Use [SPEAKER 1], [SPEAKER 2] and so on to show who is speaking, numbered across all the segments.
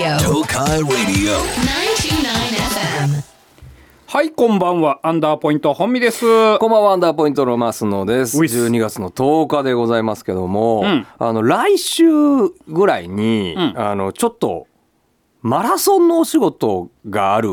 [SPEAKER 1] Sky Radio.
[SPEAKER 2] 99FM.
[SPEAKER 3] はい、こんばんは。アンダーポイント、本美です。
[SPEAKER 4] こんばんは、アンダーポイントのマスノです。
[SPEAKER 3] ういっす
[SPEAKER 4] 12月の10日でございますけども、
[SPEAKER 3] ん
[SPEAKER 4] あの、来週ぐらいに、
[SPEAKER 3] ん
[SPEAKER 4] あの、ちょっと、マラソンのお仕事がある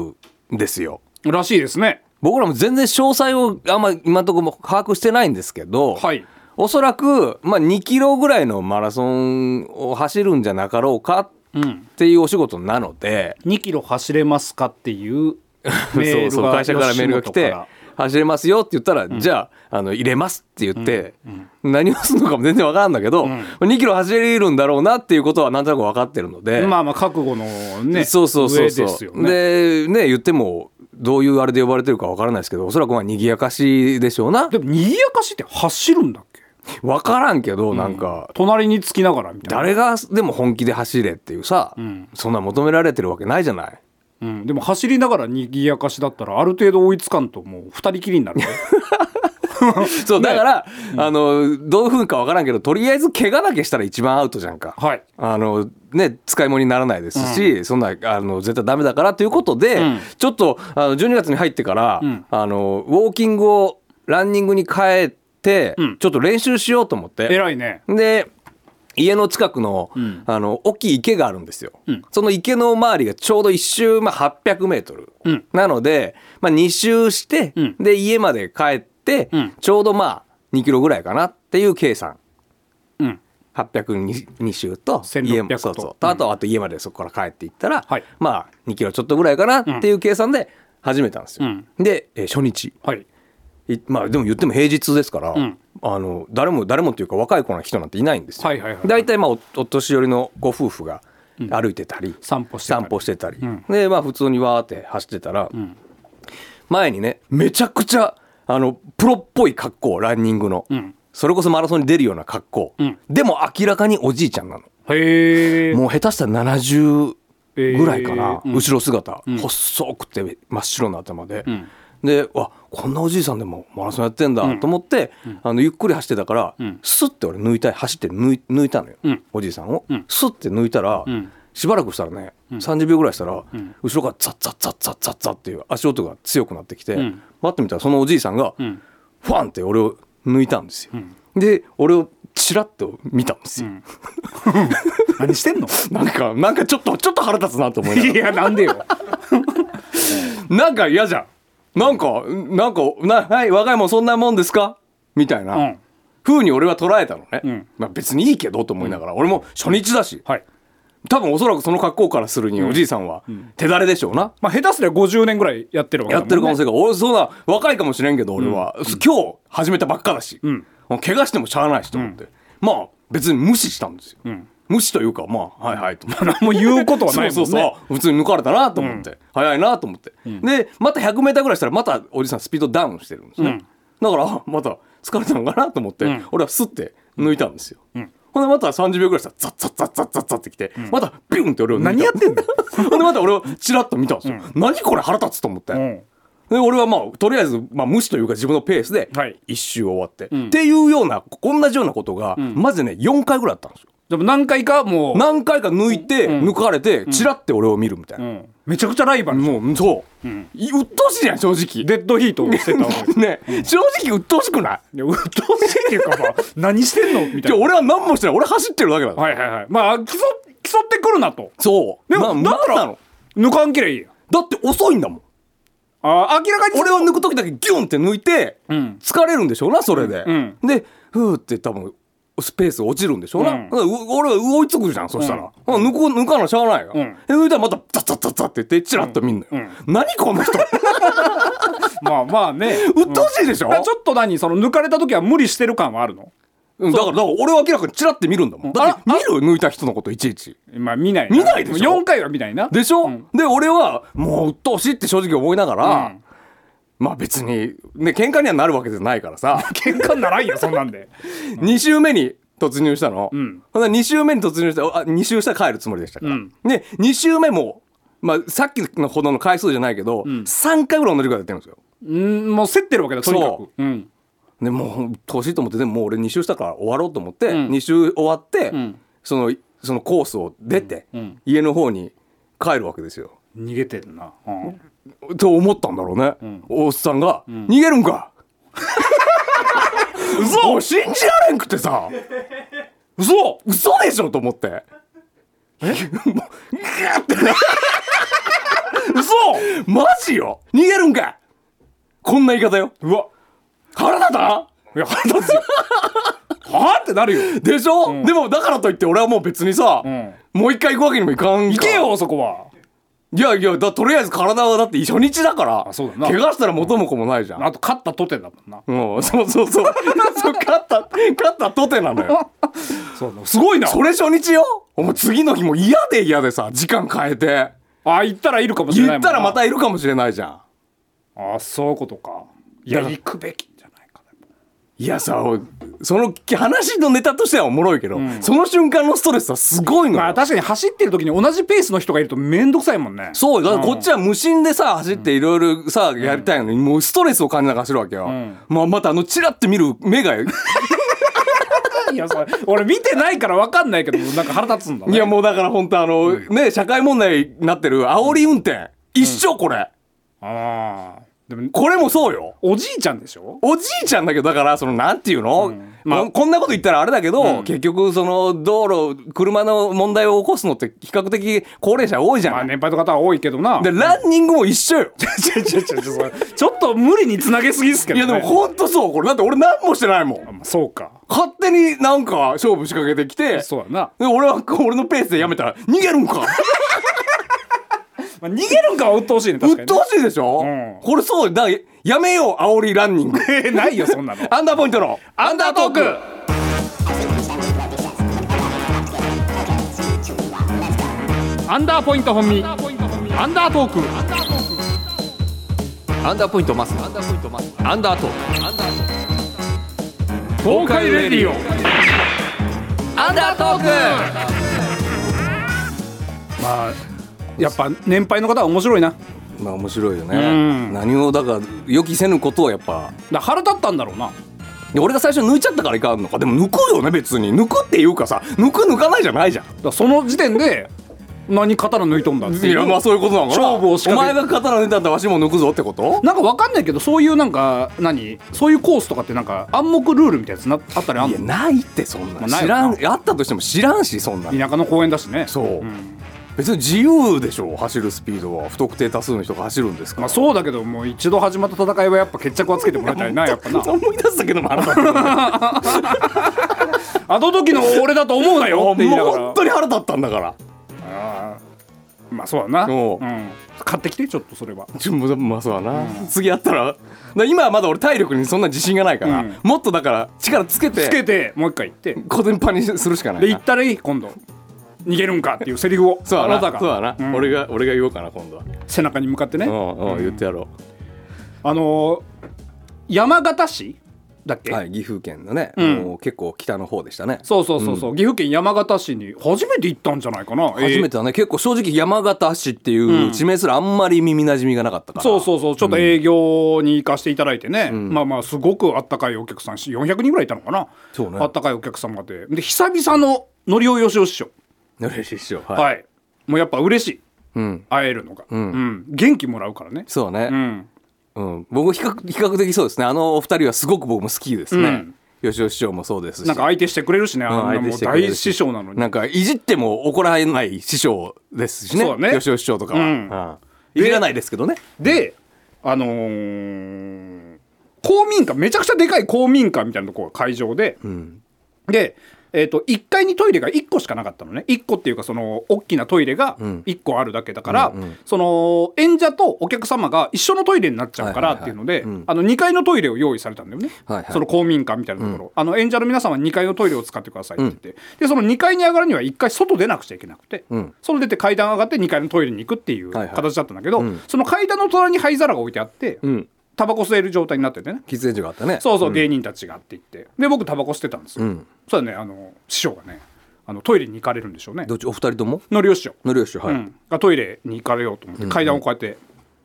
[SPEAKER 4] んですよ。
[SPEAKER 3] らしいですね。
[SPEAKER 4] 僕らも全然詳細をあんま今のところも把握してないんですけど、
[SPEAKER 3] はい。
[SPEAKER 4] おそらく、まあ、2キロぐらいのマラソンを走るんじゃなかろうか
[SPEAKER 3] うん。
[SPEAKER 4] っていうお仕事なので、
[SPEAKER 3] 2キロ走れますかっていう メールが
[SPEAKER 4] そうそう会社からメールが来
[SPEAKER 3] 吉
[SPEAKER 4] て
[SPEAKER 3] 本から
[SPEAKER 4] 「走れますよ」って言ったら「じゃああの入れます」って言って、何をするのかも全然分からんだけど、2キロ走れるんだろうなっていうことはなんとなく分かってるので、
[SPEAKER 3] まあまあ、覚悟のね、
[SPEAKER 4] そうそうそう
[SPEAKER 3] 上
[SPEAKER 4] そう
[SPEAKER 3] ですよね。
[SPEAKER 4] でね言ってもどういうあれで呼ばれてるか分からないですけどおそらくまあ賑やかしでしょうな
[SPEAKER 3] でも、賑やかしって走るんだっけ
[SPEAKER 4] 分からんけどなんか。
[SPEAKER 3] 隣につきながらみたいな。
[SPEAKER 4] 誰がでも本気で走れっていうさ、そんな求められてるわけないじ ゃない
[SPEAKER 3] うん。でも、走りながら賑やかしだったら、ある程度追いつかんと、もう二人きりにな るね。
[SPEAKER 4] そうだから、あのどういうふうか分からんけどとりあえず怪我だけしたら一番アウトじゃんか、
[SPEAKER 3] はい。
[SPEAKER 4] あのね、使い物にならないですし、そんなあの絶対ダメだからということで、
[SPEAKER 3] ん
[SPEAKER 4] ちょっとあの12月に入ってから、
[SPEAKER 3] ん
[SPEAKER 4] あのウォーキングをランニングに変えて、
[SPEAKER 3] うん
[SPEAKER 4] ちょっと練習しようと思って、
[SPEAKER 3] 偉いね。
[SPEAKER 4] で家の近くの,、
[SPEAKER 3] ん
[SPEAKER 4] あの大きい池があるんですよ、
[SPEAKER 3] うん
[SPEAKER 4] その池の周りがちょうど1周、まあ、800メートル、
[SPEAKER 3] うん
[SPEAKER 4] なので、まあ、2周して、
[SPEAKER 3] うん
[SPEAKER 4] で家まで帰って、
[SPEAKER 3] うん
[SPEAKER 4] ちょうどまあ2キロぐらいかなっていう計算。
[SPEAKER 3] うん。
[SPEAKER 4] 802周と
[SPEAKER 3] 1600と
[SPEAKER 4] 家もそうそう
[SPEAKER 3] うん
[SPEAKER 4] あとあと家までそこから帰っていったら、
[SPEAKER 3] はい
[SPEAKER 4] まあ2キロちょっとぐらいかなっていう計算で始めたんですよ、
[SPEAKER 3] うん
[SPEAKER 4] で、えー初日
[SPEAKER 3] はい。
[SPEAKER 4] いまあでも言っても平日ですから、
[SPEAKER 3] ん
[SPEAKER 4] あの誰も誰もっていうか若い子の人なんていないんですよ、
[SPEAKER 3] はいはいはい
[SPEAKER 4] 大体まあおお年寄りのご夫婦が歩いてたり、
[SPEAKER 3] 散歩してたり
[SPEAKER 4] 散歩してたり、
[SPEAKER 3] ん
[SPEAKER 4] でまあ普通にわーって走ってたら、前にねめちゃくちゃあのプロっぽい格好ランニングの、
[SPEAKER 3] ん
[SPEAKER 4] それこそマラソンに出るような格好、
[SPEAKER 3] ん
[SPEAKER 4] でも明らかにおじいちゃんなの
[SPEAKER 3] へえ。
[SPEAKER 4] もう下手したら70ぐらいかな、
[SPEAKER 3] えーうん
[SPEAKER 4] 後ろ姿、細くて真っ白な頭で、でわこんなおじいさんでもマラソンやってんだと思って、あのゆっくり走ってたから、
[SPEAKER 3] ん
[SPEAKER 4] スッて俺抜いた走って抜い抜いたのよ、
[SPEAKER 3] うん
[SPEAKER 4] おじいさんを、
[SPEAKER 3] ん
[SPEAKER 4] スッて抜いたら、
[SPEAKER 3] ん
[SPEAKER 4] しばらくしたらね30秒ぐらいしたら、後ろからザッザッザッザッザッザッっていう足音が強くなってきて、
[SPEAKER 3] ん
[SPEAKER 4] 待ってみたらそのおじいさんが、
[SPEAKER 3] ん
[SPEAKER 4] ファンって俺を抜いたんですよ、で俺をチラッと見たんですよ、
[SPEAKER 3] 何してんの
[SPEAKER 4] なんか、なんかちょっと、ちょっと腹立つなと思いなが
[SPEAKER 3] いや、なんで よ。
[SPEAKER 4] ら。 なんか嫌じゃん。なんか、なんか、な、はい、若いもんそんなもんですかみたいな、
[SPEAKER 3] うん
[SPEAKER 4] 風に俺は捉えたのね。
[SPEAKER 3] うん
[SPEAKER 4] まあ別にいいけどと思いながら、俺も初日だし、
[SPEAKER 3] はい。
[SPEAKER 4] 多分おそらくその格好からするにおじいさんは、手だれでしょうな。
[SPEAKER 3] まあ、下手すりゃ50年ぐらいやってるわけだ
[SPEAKER 4] やっ
[SPEAKER 3] もんね
[SPEAKER 4] てる可能性が、俺そんな若いかもしれんけど俺は、今日始めたばっかだし、
[SPEAKER 3] ん
[SPEAKER 4] 怪我してもしゃあないしと思って、まあ別に無視したんですよ、
[SPEAKER 3] ん
[SPEAKER 4] 無視というかまあはいはいと思って
[SPEAKER 3] 何も言うことはないもんね
[SPEAKER 4] そうそうそう普通に抜かれたなと思って、早いなと思って、でまた 100m ぐらいしたらまたおじさんスピードダウンしてるんですね、だからあまた疲れたのかなと思って、
[SPEAKER 3] ん
[SPEAKER 4] 俺はスッて抜いたんですよ、ほんでまた30秒ぐらいしたらザッザッザッザッザッザッってきて、またビュンって俺を抜いた
[SPEAKER 3] 何やってんの
[SPEAKER 4] ほんでまた俺をチラッと見たんですよ、何これ腹立つと思って、
[SPEAKER 3] うん
[SPEAKER 4] で俺はまあとりあえず、まあ、無視というか自分のペースで
[SPEAKER 3] はい
[SPEAKER 4] 一周終わって、っていうような同じようなことが、まずね4回ぐらいあったんですよ
[SPEAKER 3] でも何回かもう、
[SPEAKER 4] 何回か抜いて、抜かれてチラッて俺を見るみたいな、
[SPEAKER 3] うんめちゃくちゃライバルじゃん
[SPEAKER 4] もうそう、い鬱陶しいじゃん正直
[SPEAKER 3] デッドヒートをしてたわけ
[SPEAKER 4] ね、正直鬱陶しくない
[SPEAKER 3] いやうっとうしいっていうかまあ 何してんのみた
[SPEAKER 4] じゃ
[SPEAKER 3] いな
[SPEAKER 4] 俺は何もしてない俺走ってるだけだから、
[SPEAKER 3] はいはいはいまあ競競ってくるなと
[SPEAKER 4] そう
[SPEAKER 3] でも
[SPEAKER 4] な
[SPEAKER 3] だから
[SPEAKER 4] なんなの
[SPEAKER 3] 抜かんけりゃいいや
[SPEAKER 4] だって遅いんだもん
[SPEAKER 3] あー明らかに
[SPEAKER 4] 俺を抜く時だけギュンって抜いて、
[SPEAKER 3] ん
[SPEAKER 4] 疲れるんでしょうなそれで、
[SPEAKER 3] うん
[SPEAKER 4] でふーって多分スペース落ちるんでしょうな、
[SPEAKER 3] うん
[SPEAKER 4] だからう俺は追いつくじゃんそしたら、まあ抜こう抜かなしゃあないが、
[SPEAKER 3] うん
[SPEAKER 4] で抜いたらまたザッザッザッザッって言ってチラッと見んのよ、何この 人
[SPEAKER 3] まあまあ ね
[SPEAKER 4] 鬱陶しいでしょ、
[SPEAKER 3] だからちょっと何その抜かれた時は無理してる感はあるの
[SPEAKER 4] うんだからだから俺は明らかにチラッて見るんだもん、だって見る抜いた人のこといちいち
[SPEAKER 3] まあ見ない
[SPEAKER 4] 見ないでしょ
[SPEAKER 3] 4回は見ないな
[SPEAKER 4] でしょ、で俺はもう鬱陶しいって正直思いながら、
[SPEAKER 3] うん
[SPEAKER 4] まあ別にね喧嘩にはなるわけじゃないからさ
[SPEAKER 3] 喧嘩にならんよそんなんで
[SPEAKER 4] 2週目に突入したの、
[SPEAKER 3] ん
[SPEAKER 4] ほんなら2週目に突入したあ2週したら帰るつもりでしたから、
[SPEAKER 3] うん
[SPEAKER 4] で2週目も、まあ、さっきのほどの回数じゃないけど、3回ぐらい同じことやってるんですよ
[SPEAKER 3] うんもう競ってるわけだとにかく、
[SPEAKER 4] そう
[SPEAKER 3] ん、
[SPEAKER 4] でもう年いと思ってでももう俺2週したから終わろうと思って、
[SPEAKER 3] ん
[SPEAKER 4] 2週終わって、
[SPEAKER 3] ん
[SPEAKER 4] そのそのコースを出て、
[SPEAKER 3] ん
[SPEAKER 4] 家の方に帰るわけですよ。
[SPEAKER 3] 逃げてんな、うん
[SPEAKER 4] と思ったんだろうね、おっさんが、逃げる んか嘘信じられんくてさ嘘嘘でしょと思ってえもうグーってな嘘マジよ逃げるんかこんな言い方よ
[SPEAKER 3] うわ
[SPEAKER 4] 腹立た
[SPEAKER 3] いや腹立つよはあってなるよ
[SPEAKER 4] んでしょ、でもだからといって俺はもう別にさ、
[SPEAKER 3] ん
[SPEAKER 4] もう一回行くわけにもいかん
[SPEAKER 3] 行
[SPEAKER 4] 行
[SPEAKER 3] けよそこはい
[SPEAKER 4] やいやだとりあえず体はだって初日だから
[SPEAKER 3] あそうだな
[SPEAKER 4] 怪我したら元も子もないじゃん
[SPEAKER 3] あと勝ったとてだもんな
[SPEAKER 4] うん、そうそ うそう。そう勝った、勝ったとてなのよ。
[SPEAKER 3] そうだすごいな
[SPEAKER 4] それ初日よお前次の日も嫌で嫌でさ、時間変えて。
[SPEAKER 3] あ行ったらいるかもしれな
[SPEAKER 4] 言
[SPEAKER 3] いも
[SPEAKER 4] っ
[SPEAKER 3] んな
[SPEAKER 4] たらまたいるかもしれないじゃん。
[SPEAKER 3] あそういうことかいや行くべきじゃないかね
[SPEAKER 4] いやさ、おその話のネタとしてはおもろいけど、その瞬間のストレスはすごいのよ。
[SPEAKER 3] まあ確かに走ってる時に同じペースの人がいると面倒くさいもんね
[SPEAKER 4] そうよだからこっちは無心でさ走っていろいろさやりたいのにもうストレスを感じながら走るわけよ、
[SPEAKER 3] ん
[SPEAKER 4] まあ、またあのチラッて見る目がい
[SPEAKER 3] いやそれ俺見てないから分かんないけどなんか腹立つんだね
[SPEAKER 4] やもうだから本当あの、ね社会問題になってる煽り運転一生これ、
[SPEAKER 3] ああでも
[SPEAKER 4] これもそうよ
[SPEAKER 3] おじいちゃんでしょ
[SPEAKER 4] おじいちゃんだけどだからそのなんていうの、
[SPEAKER 3] まあ
[SPEAKER 4] こんこんなこと言ったらあれだけど、結局その道路車の問題を起こすのって比較的高齢者多いじゃん、
[SPEAKER 3] まあ年配の方は多いけどな
[SPEAKER 4] でランニングも一緒よ
[SPEAKER 3] ちょちょちょちょそれちょっと無理につなげすぎっすけ
[SPEAKER 4] い
[SPEAKER 3] ど、ね、
[SPEAKER 4] やでもほんとそうこれだって俺何もしてないもん
[SPEAKER 3] まあそうか
[SPEAKER 4] 勝手になんか勝負仕掛けてきてで
[SPEAKER 3] そうだな、
[SPEAKER 4] 俺は俺のペースでやめたら逃げ るんか
[SPEAKER 3] まあ、逃げるんかは鬱陶しいね確か
[SPEAKER 4] 鬱
[SPEAKER 3] に、ね
[SPEAKER 4] 陶、しいでしょ、
[SPEAKER 3] うん
[SPEAKER 4] これそうだからやめよう煽りランニング
[SPEAKER 3] えないよそんなの
[SPEAKER 4] アンダーポイントの
[SPEAKER 3] アンダートークアンダーポイント本身アンダートーク
[SPEAKER 4] アンダーポイントマスアンダーポイントマスアンダートーク
[SPEAKER 3] 東海レディオ
[SPEAKER 4] アンダートーク
[SPEAKER 3] まあやっぱ年配の方は面白いなだか
[SPEAKER 4] まあ面白いよね、
[SPEAKER 3] ん
[SPEAKER 4] 何をだから予期せぬことをやっぱ
[SPEAKER 3] ら腹立ったんだろうな
[SPEAKER 4] で俺が最初抜いちゃったからいかんのかでも抜くよね別に抜くっていうかさ抜く抜かないじゃないじゃん
[SPEAKER 3] だからその時点で何刀抜いとんだって
[SPEAKER 4] い
[SPEAKER 3] いう
[SPEAKER 4] やまあそういうことなのかな
[SPEAKER 3] 勝負を仕
[SPEAKER 4] お
[SPEAKER 3] 掛け
[SPEAKER 4] 前が刀抜いたんだわしも抜くぞってこと
[SPEAKER 3] なんかわかんないけどそういうなんか何そういうコースとかってなんか暗黙ルールみたいなやつなあったりあん
[SPEAKER 4] い
[SPEAKER 3] の
[SPEAKER 4] やないってそん
[SPEAKER 3] ま
[SPEAKER 4] な
[SPEAKER 3] あ
[SPEAKER 4] の
[SPEAKER 3] ない
[SPEAKER 4] 知
[SPEAKER 3] よ
[SPEAKER 4] ら
[SPEAKER 3] なん
[SPEAKER 4] あったとしても知らんしそんなの
[SPEAKER 3] 田舎の公園だしね
[SPEAKER 4] そう、
[SPEAKER 3] ん
[SPEAKER 4] 別に自由でしょ走るスピードは不特定多数の人が走るんですか
[SPEAKER 3] ま
[SPEAKER 4] ら
[SPEAKER 3] あそうだけどもう一度始まった戦いはやっぱ決着はつけてもらいたいなやっぱな
[SPEAKER 4] 思い出すだけでもあなた
[SPEAKER 3] あの時の俺だと 思うなよ
[SPEAKER 4] も
[SPEAKER 3] っ
[SPEAKER 4] う
[SPEAKER 3] て言いなが
[SPEAKER 4] 本
[SPEAKER 3] ら
[SPEAKER 4] 当に腹立ったんだから
[SPEAKER 3] まあそうだな
[SPEAKER 4] おう
[SPEAKER 3] うん買ってきてちょっとそれは
[SPEAKER 4] ちょまあまあそうだな、次やったらだから今はまだ俺体力にそんな自信がないから、
[SPEAKER 3] うん
[SPEAKER 4] もっとだから力つけて
[SPEAKER 3] つけてもう一回行って
[SPEAKER 4] 小手にパンにするしかない
[SPEAKER 3] で
[SPEAKER 4] な
[SPEAKER 3] 行ったらいい今度逃げるんかっていうセリフを
[SPEAKER 4] そう
[SPEAKER 3] あ
[SPEAKER 4] だ
[SPEAKER 3] な
[SPEAKER 4] な
[SPEAKER 3] たが
[SPEAKER 4] そうだな、
[SPEAKER 3] ん
[SPEAKER 4] 俺が俺が言おうかな今度は
[SPEAKER 3] 背中に向かってね
[SPEAKER 4] うんうん、言ってやろ
[SPEAKER 3] あのー山形市だっけ、
[SPEAKER 4] うはい岐阜県のね、
[SPEAKER 3] ん
[SPEAKER 4] もう結構北の方でしたね
[SPEAKER 3] そうそうそうそう、岐阜県山形市に初めて行ったんじゃないかな
[SPEAKER 4] 初め
[SPEAKER 3] て、
[SPEAKER 4] てはね結構正直山形市っていう地名すらあんまり耳なじみがなかったから、
[SPEAKER 3] そうそうそうちょっと営業に行かせていただいてね、まあまあすごくあったかいお客さんし400人ぐらいいたのかな
[SPEAKER 4] そうね
[SPEAKER 3] あったかいお客様でで久々ののりおよしお師匠
[SPEAKER 4] う嬉しいっしょはい、
[SPEAKER 3] はい、もうやっぱ嬉しい
[SPEAKER 4] うん
[SPEAKER 3] 会えるのが、うん
[SPEAKER 4] ん
[SPEAKER 3] 元気もらうからね
[SPEAKER 4] そう
[SPEAKER 3] う
[SPEAKER 4] ね、
[SPEAKER 3] ん
[SPEAKER 4] うん僕比較比較的そうですねあのお二人はすごく僕も好きですね、吉尾師匠もそうですし
[SPEAKER 3] なんか相手してくれるしね、あんな
[SPEAKER 4] 相手
[SPEAKER 3] も
[SPEAKER 4] し
[SPEAKER 3] う
[SPEAKER 4] てくれるし
[SPEAKER 3] 大師匠なのに
[SPEAKER 4] なんかいじっても怒られない師匠ですしね
[SPEAKER 3] そうだね
[SPEAKER 4] 吉尾師匠とかは、
[SPEAKER 3] うん
[SPEAKER 4] うんいじらないですけどね
[SPEAKER 3] であのー公民館めちゃくちゃでかい公民館みたいなとこが会場で、で、えー、と1階にトイレが1個しかなかったのね1個っていうかその大きなトイレが1個あるだけだから、その演者とお客様が一緒のトイレになっちゃうから
[SPEAKER 4] はい
[SPEAKER 3] って
[SPEAKER 4] は
[SPEAKER 3] いう
[SPEAKER 4] いはい
[SPEAKER 3] ので、
[SPEAKER 4] うん
[SPEAKER 3] あの2階のトイレを用意されたんだよね、
[SPEAKER 4] はいはい
[SPEAKER 3] その公民館みたいなところ、あの演者の皆さんは2階のトイレを使ってくださいって言って、でその2階に上がるには1回外出なくちゃいけなくて、
[SPEAKER 4] うん
[SPEAKER 3] 外出て階段上がって2階のトイレに行くっていう
[SPEAKER 4] はいはい
[SPEAKER 3] 形だったんだけど、
[SPEAKER 4] うん
[SPEAKER 3] その階段の隣に灰皿が置いてあって、
[SPEAKER 4] ん
[SPEAKER 3] タバコ吸える状態になっててね
[SPEAKER 4] 喫煙所があったね
[SPEAKER 3] そうそう、芸人たちがって言ってで僕タバコ吸ってたんですよ、
[SPEAKER 4] うん
[SPEAKER 3] そしたらねあの師匠がねあのトイレに行かれるんでしょうね
[SPEAKER 4] どっちお二人とも
[SPEAKER 3] のりお師匠、
[SPEAKER 4] のりお師匠はい、
[SPEAKER 3] うん、がトイレに行かれようと思って階段をこうやって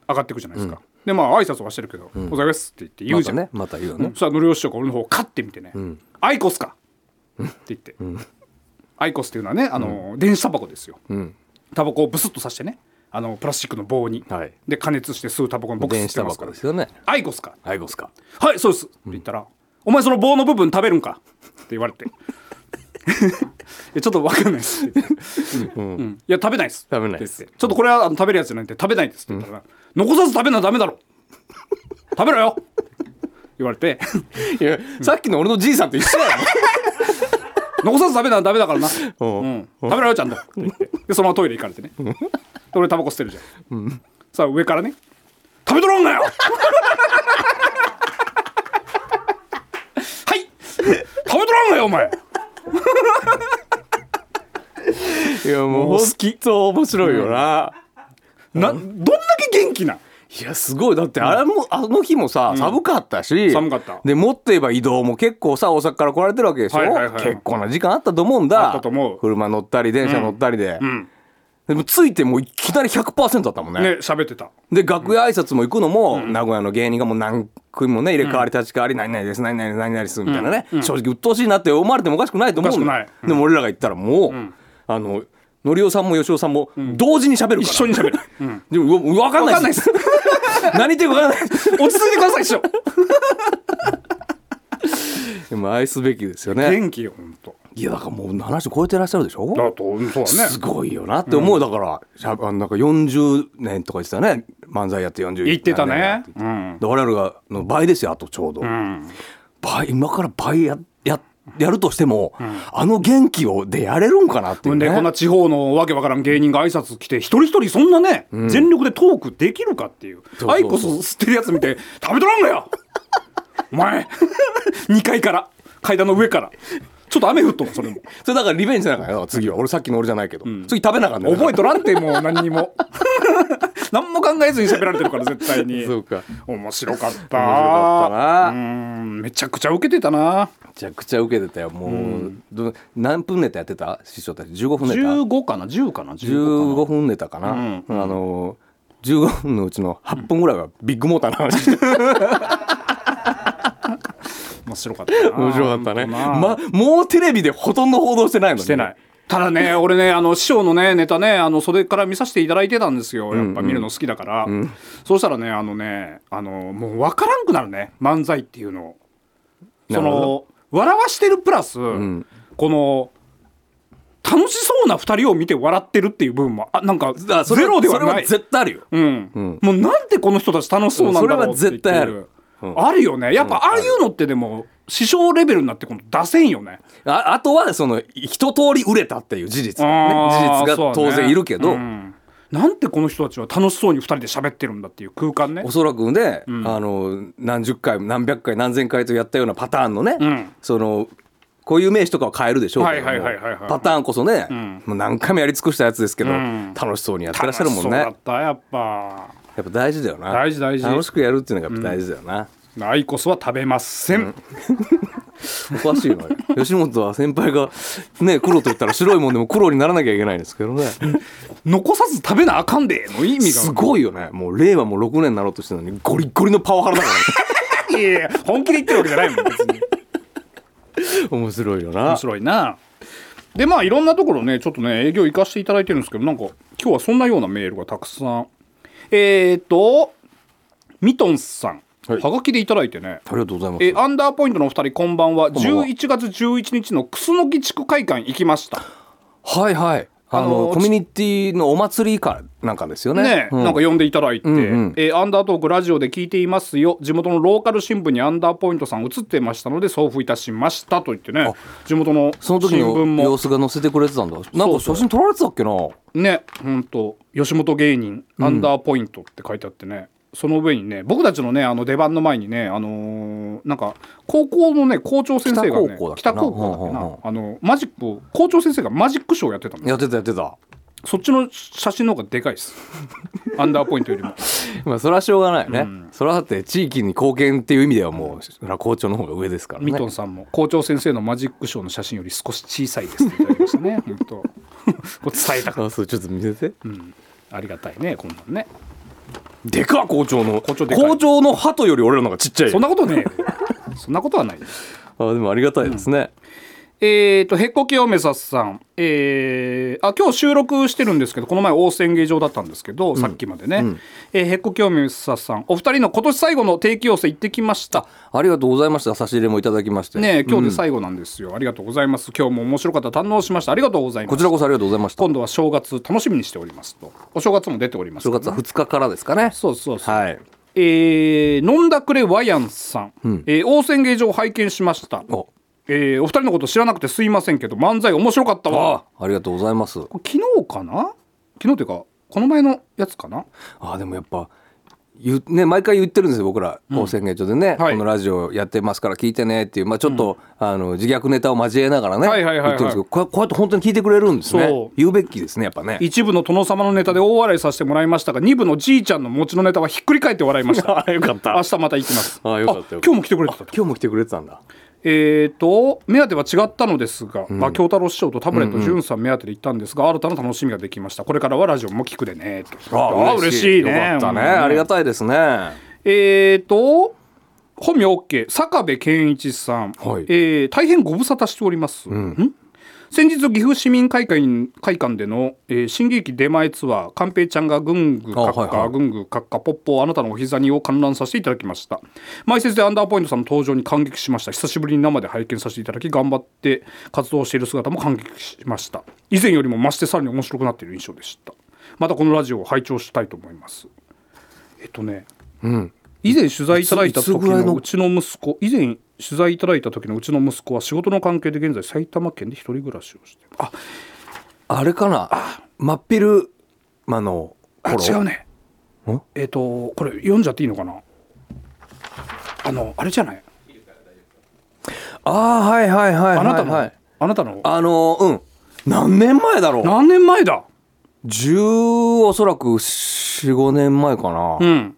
[SPEAKER 3] 上がっていくじゃないですか、でまあ挨拶はしてるけど「おはようございます」って言って言うじゃん、
[SPEAKER 4] またねまた言う
[SPEAKER 3] う
[SPEAKER 4] ね
[SPEAKER 3] ん、そしたらのりお師匠が俺の方をカッて見てね「アイコスか!」って言って、アイコスっていうのはねあの、電子タバコですよ、
[SPEAKER 4] うん
[SPEAKER 3] タバコをブスッとさしてねあのプラスチックの棒に、
[SPEAKER 4] はい
[SPEAKER 3] で加熱して吸うタバコのボックス
[SPEAKER 4] 電子タバコですよね
[SPEAKER 3] アイゴスか
[SPEAKER 4] アイゴスか
[SPEAKER 3] はいそうです、って言ったら「お前その棒の部分食べるんか?」って言われて 「えちょっと分かんないです」って言ってうんいや食べないです」
[SPEAKER 4] 食べないです
[SPEAKER 3] って言ってちょっとこれはあの食べるやつじゃないんで食べないです」って言ったら「残さず食べなダメだろ食べろよ」言われて
[SPEAKER 4] いやさっきの俺のじいさんと 一緒や
[SPEAKER 3] 「残さず食べなダメだからな」
[SPEAKER 4] ろ
[SPEAKER 3] うん、食べろよちゃんとって言ってでそのままトイレ行かれてねで俺タバコ捨てるじゃん、さあ上からね「食べとらんなよ! 」はい食べとらんなよお前
[SPEAKER 4] いやもう好きと面白いよな、
[SPEAKER 3] などんだけ元気なん
[SPEAKER 4] いやすごいだってあれも、あの日もさ寒かったし、
[SPEAKER 3] 寒かった
[SPEAKER 4] でもっと言えば移動も結構さ大阪から来られてるわけでしょ、
[SPEAKER 3] はいはいはい
[SPEAKER 4] 結構な時間あったと思うんだ
[SPEAKER 3] あったと思う
[SPEAKER 4] 車乗ったり電車乗ったりで、
[SPEAKER 3] ん
[SPEAKER 4] でも着いてもういきなり100%だったもんね
[SPEAKER 3] ね喋ってた
[SPEAKER 4] で楽屋挨拶も行くのも、名古屋の芸人がもう何組もね入れ替わり立ち替わり、何々です何々です何々ですみたいなね、正直鬱陶しいなって思われてもおかしくないと思うん
[SPEAKER 3] お
[SPEAKER 4] だ
[SPEAKER 3] かしくないうん
[SPEAKER 4] でも俺らが行ったらもう、あののりおさんもよしおさんも同時に喋るから、
[SPEAKER 3] 一緒に喋る、
[SPEAKER 4] でもうわ分かんないです 何言ってるか分かんないです
[SPEAKER 3] 落ち着いてください師匠
[SPEAKER 4] でも愛すべきですよね。
[SPEAKER 3] 元気よ本当
[SPEAKER 4] いやだからもう70超えてらっしゃるでしょ
[SPEAKER 3] だとうんそうだ
[SPEAKER 4] す
[SPEAKER 3] ね
[SPEAKER 4] ごいよなって思う、だからしゃあなんか40年とか言ってたね漫才やって40
[SPEAKER 3] 言ってたね
[SPEAKER 4] 何年だってで我々がの倍ですよあとちょうど、
[SPEAKER 3] うん
[SPEAKER 4] 倍今から倍やややるとしても、あの元気をでやれるんかなっていう
[SPEAKER 3] で
[SPEAKER 4] ね
[SPEAKER 3] こんな地方のわけわからん芸人が挨拶来て一人一人そんなね、全力でトークできるかっていう
[SPEAKER 4] そうそう
[SPEAKER 3] アイコス吸ってるやつ見て食べとらんのよお前 2階から階段の上からちょっと雨降っとんそれも
[SPEAKER 4] それだからリベンジなのかよ次は俺さっきの俺じゃないけど、次食べなかったよ
[SPEAKER 3] 覚えとらんてもう何にも 何も考えずに喋られてるから絶対に
[SPEAKER 4] そうか
[SPEAKER 3] 面白かった
[SPEAKER 4] 面白かったな
[SPEAKER 3] うんめちゃくちゃ受けてたな
[SPEAKER 4] めちゃくちゃ受けてたよもう、ど何分ネタやってた師匠たち15分ネタ
[SPEAKER 3] 15かな10かな15か
[SPEAKER 4] 15分ネタかな、
[SPEAKER 3] ん
[SPEAKER 4] あの15分のうちの8分ぐらいはビッグモーターの話して
[SPEAKER 3] な面白かったな
[SPEAKER 4] 面白かったね、
[SPEAKER 3] 本当な
[SPEAKER 4] ま、もうテレビでほとんど報道してないのに
[SPEAKER 3] してない。ただね、俺ね、あの師匠のね、ネタね、あの袖から見させていただいてたんですよ。やっぱ見るの好きだから。そうしたらね、あのね、あの、もう分からんくなるね、漫才っていうのを。そ
[SPEAKER 4] なるほ
[SPEAKER 3] の、笑わしてるプラス、
[SPEAKER 4] ん
[SPEAKER 3] この。楽しそうな二人を見て笑ってるっていう部分も、あ、なんか、
[SPEAKER 4] あそ
[SPEAKER 3] ゼ
[SPEAKER 4] れ
[SPEAKER 3] ロでは
[SPEAKER 4] それ
[SPEAKER 3] な。
[SPEAKER 4] はい絶対あるよ
[SPEAKER 3] うん
[SPEAKER 4] ん
[SPEAKER 3] もうなんでこの人たち楽しそうなんだろうって言って
[SPEAKER 4] それは絶対あるうん
[SPEAKER 3] あるよねやっぱああいうのってでも師匠レベルになってこの出せんよね
[SPEAKER 4] ああとはその一通り売れたっていう事実、ね、
[SPEAKER 3] あー
[SPEAKER 4] 事実
[SPEAKER 3] そうね
[SPEAKER 4] が当然いるけど、
[SPEAKER 3] うんなんてこの人たちは楽しそうに2人で喋ってるんだっていう空間ね
[SPEAKER 4] おそらくね、あの何十回も何百回何千回とやったようなパターンのね、
[SPEAKER 3] ん
[SPEAKER 4] そのこういう名詞とかは変えるでしょうけども
[SPEAKER 3] はいはいはいはいはい
[SPEAKER 4] パターンこそね、
[SPEAKER 3] ん
[SPEAKER 4] もう何回もやり尽くしたやつですけど、
[SPEAKER 3] ん
[SPEAKER 4] 楽しそうにやってら
[SPEAKER 3] 楽
[SPEAKER 4] っ
[SPEAKER 3] し
[SPEAKER 4] しゃるもん
[SPEAKER 3] そうだ
[SPEAKER 4] ね
[SPEAKER 3] ったやっぱ
[SPEAKER 4] やっぱ大事だよな
[SPEAKER 3] 大事大事
[SPEAKER 4] 楽しくやるっていうのがやっぱ大事だよな、
[SPEAKER 3] アイコスは食べません、
[SPEAKER 4] おかしい のよ吉本は先輩がね黒と言ったら白いもんでも黒にならなきゃいけないんですけどね
[SPEAKER 3] 残さず食べなあかんでの意味が
[SPEAKER 4] すごいよねもう令和も6年になろうとしてるのにゴリッゴリのパワハラだか
[SPEAKER 3] いやいや本気で言ってるわけじゃないもん別 に
[SPEAKER 4] ら、ね、面白いよ
[SPEAKER 3] 面
[SPEAKER 4] な
[SPEAKER 3] 白いなでまあいろんなところねちょっとね営業行かせていただいてるんですけどなんか今日はそんなようなメールがたくさんえっ、ー、とミトンさんは
[SPEAKER 4] はい
[SPEAKER 3] がきでいただいてね
[SPEAKER 4] ありがとうございます
[SPEAKER 3] えアンダーポイントのお二人こんばんは
[SPEAKER 4] んばんは
[SPEAKER 3] 11月11日の楠木地区会館行きました
[SPEAKER 4] はいはいあの
[SPEAKER 3] あの
[SPEAKER 4] コミュニティのお祭りかなんかですよね
[SPEAKER 3] ね、
[SPEAKER 4] うん
[SPEAKER 3] なんか呼んでいただいて、
[SPEAKER 4] んうん
[SPEAKER 3] えーアンダートークラジオで聞いていますよ地元のローカル新聞にアンダーポイントさん映ってましたので送付いたしましたと言ってね地元の
[SPEAKER 4] その時
[SPEAKER 3] 新聞
[SPEAKER 4] の様
[SPEAKER 3] も
[SPEAKER 4] 子が載せてくれてたんだなんか写真撮られてたっけな
[SPEAKER 3] ね本当吉本芸人アンダーポイントって書いてあってね、その上にね僕たちのねあの出番の前にねあのーなんか高校のね校長先生がね
[SPEAKER 4] 北高校だっけ
[SPEAKER 3] 北
[SPEAKER 4] な
[SPEAKER 3] 高校だっけな
[SPEAKER 4] うんうんうん
[SPEAKER 3] あのマジックを校長先生がマジックショーやってたの
[SPEAKER 4] やってたやってた
[SPEAKER 3] そっちの写真の方がでかいです アンダーポイントより も。
[SPEAKER 4] まあそれはしょうがないよね、それはだって地域に貢献っていう意味ではもうそれは校長の方が上ですからね
[SPEAKER 3] ミトンさんも校長先生のマジックショーの写真より少し小さいですって言ってました ね本当こう伝えたかっ
[SPEAKER 4] あそうちょっと見せて、
[SPEAKER 3] たありがたいねこんなんね
[SPEAKER 4] でかっ校長の
[SPEAKER 3] 校長でかい
[SPEAKER 4] の鳩より俺らの方がちっちゃい
[SPEAKER 3] そんなことねえよそんなことはない
[SPEAKER 4] あでもありがたいですね、
[SPEAKER 3] えー、と、へっこきおめささん。えー、あ、今日収録してるんですけど、この前大宣芸場だったんですけど、さっきまでね。えーへっこきおめささん。お二人の今年最後の定期要請行ってきました。
[SPEAKER 4] ありがとうございました差し入れもいただきまして
[SPEAKER 3] ねえ今日で最後なんですよ、ありがとうございます。今日も面白かった。堪能しました。ありがとうございます。
[SPEAKER 4] こちらこそありがとうございました
[SPEAKER 3] 今度は正月楽しみにしておりますと。お正月も出ております、
[SPEAKER 4] 正月は2日からですかね
[SPEAKER 3] そうそうそう。
[SPEAKER 4] はい
[SPEAKER 3] えー飲んだくれワヤンさん、えー応戦芸場拝見しました
[SPEAKER 4] お、
[SPEAKER 3] えーお二人のこと知らなくてすいませんけど漫才面白かったわ
[SPEAKER 4] あありがとうございます
[SPEAKER 3] これ昨日かな昨日というかこの前のやつかな
[SPEAKER 4] あでもやっぱ言うね、毎回言ってるんですよ僕ら「高専芸場」でね、
[SPEAKER 3] はい
[SPEAKER 4] このラジオやってますから聞いてねっていう、まあ、ちょっと、あの自虐ネタを交えながらね
[SPEAKER 3] はいはいはいはい
[SPEAKER 4] 言ってるんですけどこうこうやって本当に聞いてくれるんです
[SPEAKER 3] そ
[SPEAKER 4] ね
[SPEAKER 3] う
[SPEAKER 4] 言うべきですねやっぱね
[SPEAKER 3] 一部の殿様のネタで大笑いさせてもらいましたが二部のじいちゃんの餅のネタはひっくり返って笑いました
[SPEAKER 4] あよかった
[SPEAKER 3] 明日また行きます
[SPEAKER 4] あよかったよかった
[SPEAKER 3] 今日も来てくれてたと
[SPEAKER 4] 今日も来てくれてたんだ
[SPEAKER 3] えー、と目当ては違ったのですが、まあ、京太郎師匠とタブレット潤さん目当てで行ったんですが、新たな楽しみができましたこれからはラジオも聞くでねとー
[SPEAKER 4] よかったね、ありがたいですね
[SPEAKER 3] えー、と本名 OK 坂部健一さん、
[SPEAKER 4] はい
[SPEAKER 3] えー大変ご無沙汰しております、ん先日岐阜市民会館会館での、えー新劇出前ツアー「寛平ちゃんがぐんぐかっか、
[SPEAKER 4] あはいはい
[SPEAKER 3] ぐんぐかっかポッポあなたのお膝に」を観覧させていただきました前説でアンダーポイントさんの登場に感激しました久しぶりに生で拝見させていただき頑張って活動している姿も感激しました以前よりも増してさらに面白くなっている印象でしたまたこのラジオを拝聴したいと思いますえっとね以前取材いただいた時
[SPEAKER 4] いついつぐらいの
[SPEAKER 3] のうちの息子以前取材いただいた時のうちの息子は仕事の関係で現在埼玉県で一人暮らしをしてあ
[SPEAKER 4] あれかな真っ昼間の
[SPEAKER 3] あ
[SPEAKER 4] 頃
[SPEAKER 3] 違うね
[SPEAKER 4] ん
[SPEAKER 3] えっ、とこれ読んじゃっていいのかなあのあれじゃない
[SPEAKER 4] ああはいはいはいはい、はい、
[SPEAKER 3] あなたの、あなたの
[SPEAKER 4] あのうん何年前だろう
[SPEAKER 3] 何年前だ
[SPEAKER 4] 10おそらく45年前かな、
[SPEAKER 3] うん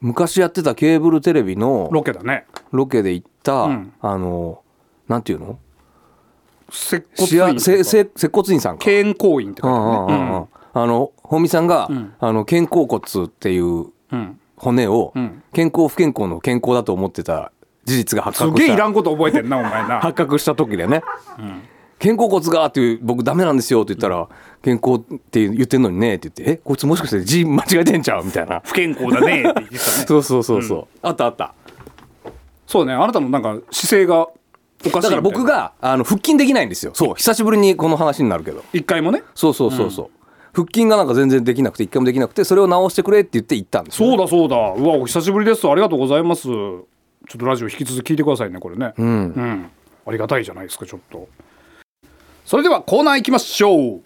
[SPEAKER 4] 昔やってたケーブルテレビの
[SPEAKER 3] ロケだね
[SPEAKER 4] ロケで行った、
[SPEAKER 3] うん
[SPEAKER 4] あのなんていうの
[SPEAKER 3] 接
[SPEAKER 4] し
[SPEAKER 3] 骨院
[SPEAKER 4] やせ
[SPEAKER 3] とか
[SPEAKER 4] せ接骨院さんか
[SPEAKER 3] 健康院って書いて
[SPEAKER 4] うんうんう
[SPEAKER 3] ある
[SPEAKER 4] ん
[SPEAKER 3] ね
[SPEAKER 4] うんあの本見さんが、
[SPEAKER 3] ん
[SPEAKER 4] あの肩甲骨っていう
[SPEAKER 3] うんうん
[SPEAKER 4] 骨を、
[SPEAKER 3] ん
[SPEAKER 4] 健康不健康の健康だと思ってた事実が発
[SPEAKER 3] す
[SPEAKER 4] 覚
[SPEAKER 3] げえ
[SPEAKER 4] し
[SPEAKER 3] いら
[SPEAKER 4] た
[SPEAKER 3] んこと覚えてんなお前な
[SPEAKER 4] 発覚した時でね、肩甲骨がっていう僕ダメなんですよって言ったら健康って言ってんのにねって言ってえこいつもしかして字間違えてんちゃうみたいな
[SPEAKER 3] 不健康だねって言ってたね
[SPEAKER 4] そうそうそうそう、あったあった
[SPEAKER 3] そうねあなたのなんか姿勢がおかしい
[SPEAKER 4] だから僕
[SPEAKER 3] が
[SPEAKER 4] があの腹筋できないんですよそう久しぶりにこの話になるけど
[SPEAKER 3] 一回もね
[SPEAKER 4] そうそうそうそう、腹筋がなんか全然できなくて一回もできなくてそれを直してくれって言って行ったんですよ
[SPEAKER 3] そうだそうだうわお久しぶりですありがとうございますちょっとラジオ引き続き聞いてくださいねこれねうん、ありがたいじゃないですかちょっとそれではコーナー行きましょう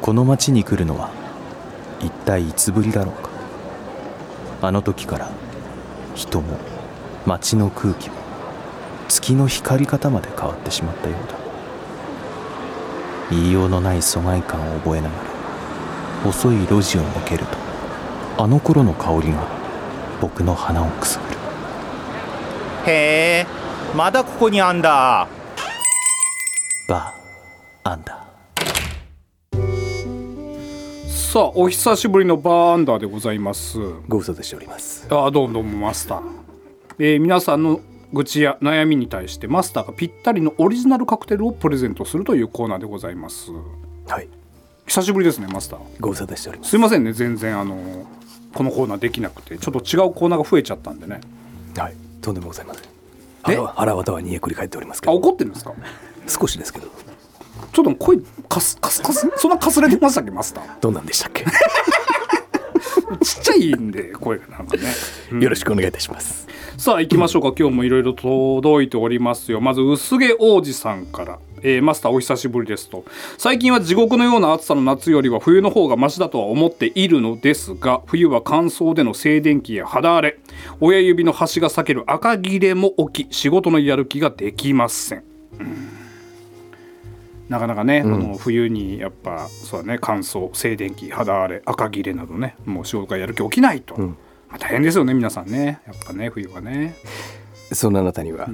[SPEAKER 1] この町に来るのは一体いつぶりだろうかあの時から人も町の空気も月の光り方まで変わってしまったようだ言いようのない疎外感を覚えながら細い路地を抜けるとあの頃の香りが僕の鼻をくすぐる
[SPEAKER 5] へえまだここにあんだ
[SPEAKER 1] バーアンダー
[SPEAKER 3] さあお久しぶりのバーアンダーでございます
[SPEAKER 4] ご無沙汰しております
[SPEAKER 3] あどうもどうもマスター、えー皆さんの愚痴や悩みに対してマスターがぴったりのオリジナルカクテルをプレゼントするというコーナーでございます
[SPEAKER 4] はい
[SPEAKER 3] 久しぶりですねマスター
[SPEAKER 4] ご無沙汰しております
[SPEAKER 3] すいませんね全然あのーこのコーナーできなくてちょっと違うコーナーが増えちゃったんでね
[SPEAKER 4] はいとんでもございません
[SPEAKER 3] え
[SPEAKER 4] 腹は腹渡は煮えくり返っておりますけ
[SPEAKER 3] あ
[SPEAKER 4] ど
[SPEAKER 3] 怒ってるんですか
[SPEAKER 4] 少しですけど
[SPEAKER 3] ちょっと声かすかすかすそんなかすれてましたっけマスター
[SPEAKER 4] どんなんでした っ
[SPEAKER 3] ち
[SPEAKER 4] け
[SPEAKER 3] っちゃいんで声がなんかね
[SPEAKER 4] よろしくお願いいたします
[SPEAKER 3] さあ行きましょうか今日もいろいろ届いておりますよまず薄毛王子さんから、えーマスターお久しぶりです」と「最近は地獄のような暑さの夏よりは冬の方がマシだとは思っているのですが冬は乾燥での静電気や肌荒れ親指の端が裂ける赤切れも起き仕事のやる気ができません」うんなかなかね、この冬にやっぱそうだね乾燥静電気肌荒れ赤切れなどねもう仕事がやる気起きないと、まあ大変ですよね皆さんねやっぱね冬はね
[SPEAKER 4] そんなあなたには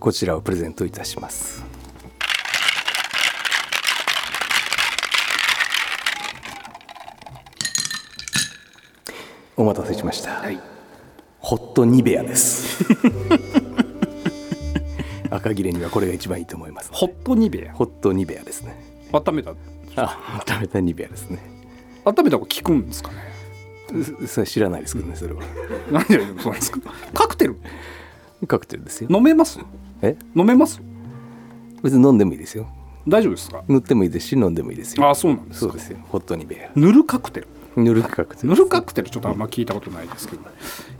[SPEAKER 4] こちらをプレゼントいたしますお待たせしました、ホットニベアです 赤切れにはこれが一番いいと思います
[SPEAKER 3] ホットニベア
[SPEAKER 4] ホットニベアですね
[SPEAKER 3] 温めた
[SPEAKER 4] あ食べたニベアですね
[SPEAKER 3] 温めた方が効くんですかね
[SPEAKER 4] うそれ知らないですけどねそれは
[SPEAKER 3] なんでそうなんですかカクテル
[SPEAKER 4] カクテルですよ
[SPEAKER 3] 飲めます
[SPEAKER 4] え
[SPEAKER 3] 飲めます
[SPEAKER 4] 別に飲んでもいいですよ
[SPEAKER 3] 大丈夫ですか
[SPEAKER 4] 塗ってもいいですし飲んでもいいですよ
[SPEAKER 3] あそうなんです
[SPEAKER 4] そう
[SPEAKER 3] か
[SPEAKER 4] ですよホットニベ
[SPEAKER 3] ぬるカクテル
[SPEAKER 4] ア塗るカクテル
[SPEAKER 3] ぬるカクテルちょっとあんま聞いたことないですけど、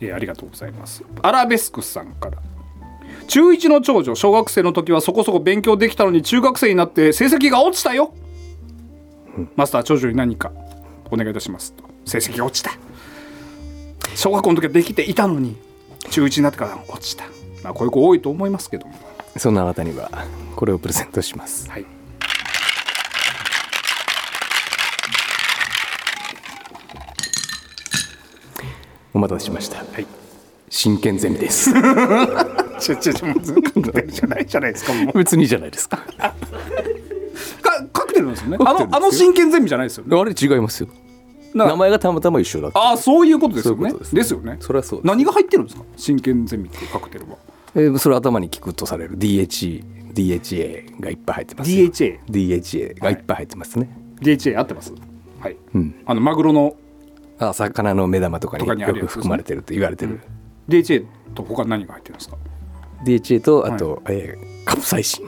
[SPEAKER 3] えーありがとうございますアラベスクスさんから中1の長女小学生の時はそこそこ勉強できたのに中学生になって成績が落ちたよ、マスター長女に何かお願いいたしますと成績が落ちた小学校の時はできていたのに中1になってから落ちた、まあ、こういう子多いと思いますけども
[SPEAKER 4] そんなあなたにはこれをプレゼントします
[SPEAKER 3] はい
[SPEAKER 4] お待たせしました
[SPEAKER 3] はい
[SPEAKER 4] 真剣ゼミで す
[SPEAKER 3] ちょちょちょもうずっとカクテルじゃないじゃないですかもう
[SPEAKER 4] 別にいいじゃないですか
[SPEAKER 3] かカクテルなんですよね
[SPEAKER 4] カ
[SPEAKER 3] あ
[SPEAKER 4] クテル
[SPEAKER 3] の
[SPEAKER 4] ですよ
[SPEAKER 3] あの真剣ゼミじゃないですよね
[SPEAKER 4] あれ違いますよ
[SPEAKER 3] な
[SPEAKER 4] 名前がたまたま一緒だ
[SPEAKER 3] ああそういうことですよね
[SPEAKER 4] そういうことです
[SPEAKER 3] ですよね
[SPEAKER 4] それはそうです
[SPEAKER 3] 何が入ってるんですか真剣ゼミっていうカクテルは
[SPEAKER 4] えーそれ頭に効くとされる DHA DHA がいっぱい入ってますよ
[SPEAKER 3] DHA
[SPEAKER 4] DHA がいっぱい入ってますね、
[SPEAKER 3] DHA 合ってますはい、
[SPEAKER 4] うん
[SPEAKER 3] あのマグロの
[SPEAKER 4] あ魚の目玉とかに
[SPEAKER 3] とか
[SPEAKER 4] よ
[SPEAKER 3] にあるやつ
[SPEAKER 4] く含まれてると言われてる、
[SPEAKER 3] DHA と他何が入ってるんですか
[SPEAKER 4] DHA とあと、えーカプサイシン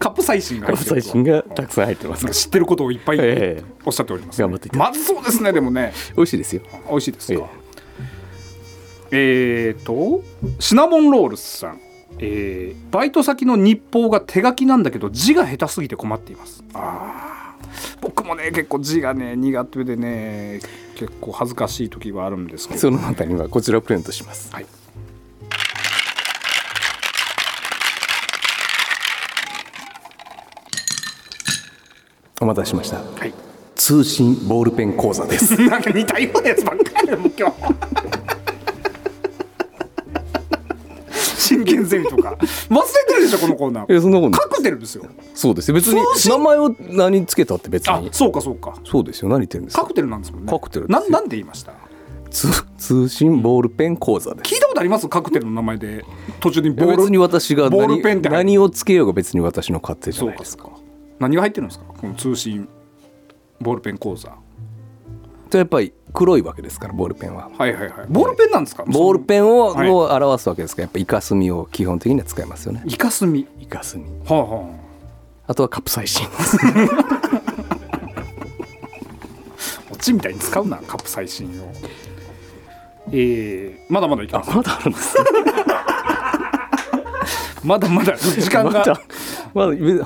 [SPEAKER 3] カプサイシンが入
[SPEAKER 4] カプ
[SPEAKER 3] って
[SPEAKER 4] サ
[SPEAKER 3] る
[SPEAKER 4] イシンがたくさん入ってま
[SPEAKER 3] なん
[SPEAKER 4] すか
[SPEAKER 3] から知ってることをいっぱい
[SPEAKER 4] ええ
[SPEAKER 3] おっしゃっております、
[SPEAKER 4] 頑張っていただ
[SPEAKER 3] まずそうですねでもね
[SPEAKER 4] 美味しいですよ
[SPEAKER 3] 美味しいですか、えーとシナモンロールスさんえーバイト先の日報が手書きなんだけど字が下手すぎて困っていますあー僕もね結構字がね苦手でね結構恥ずかしい時はあるんですけど
[SPEAKER 4] そのあたりはこちらをプレゼントします
[SPEAKER 3] はい
[SPEAKER 4] お待たせしました
[SPEAKER 3] はい
[SPEAKER 4] 通信ボールペン講座です
[SPEAKER 3] なんか似たようなやつばっかりだもう今日真剣ゼミとか忘れてるでしょこのコーナ
[SPEAKER 4] え
[SPEAKER 3] ー
[SPEAKER 4] そんなことない
[SPEAKER 3] カクテルですよ
[SPEAKER 4] そうですよ別に
[SPEAKER 3] 通信
[SPEAKER 4] 名前を何つけたって別
[SPEAKER 3] あ
[SPEAKER 4] に
[SPEAKER 3] そうかそうか
[SPEAKER 4] そうですよ何言ってるんです
[SPEAKER 3] カ
[SPEAKER 4] か
[SPEAKER 3] クテルなんですもんね
[SPEAKER 4] カクテルです
[SPEAKER 3] な
[SPEAKER 4] よ
[SPEAKER 3] なんで言いました
[SPEAKER 4] 通通信ボールペン講座です
[SPEAKER 3] 聞いたことありますカクテルの名前で途中にボール
[SPEAKER 4] 別に私が
[SPEAKER 3] ボール
[SPEAKER 4] 何
[SPEAKER 3] ペンって入って
[SPEAKER 4] 何をつけようが別に私の勝手じゃ
[SPEAKER 3] そう
[SPEAKER 4] ない
[SPEAKER 3] か
[SPEAKER 4] です
[SPEAKER 3] そうか何が入ってるんですかこの通信ボールペン講座
[SPEAKER 4] とやっぱり黒いわけですからボールペンは
[SPEAKER 3] はいはいはいボールペンなんですか
[SPEAKER 4] ボールペンを
[SPEAKER 3] はい
[SPEAKER 4] を表すわけですからやっぱイカスミを基本的には使いますよね
[SPEAKER 3] ンイカスミ
[SPEAKER 4] イカスミ
[SPEAKER 3] はあは
[SPEAKER 4] あとはカプサイシン
[SPEAKER 3] あオチみたいに使うなカップ最新をえー、まだまだいきます
[SPEAKER 4] まだあるん ですね
[SPEAKER 3] まだまだ時 間
[SPEAKER 4] ま
[SPEAKER 3] が
[SPEAKER 4] だまだはい
[SPEAKER 3] 今
[SPEAKER 4] あ
[SPEAKER 3] 日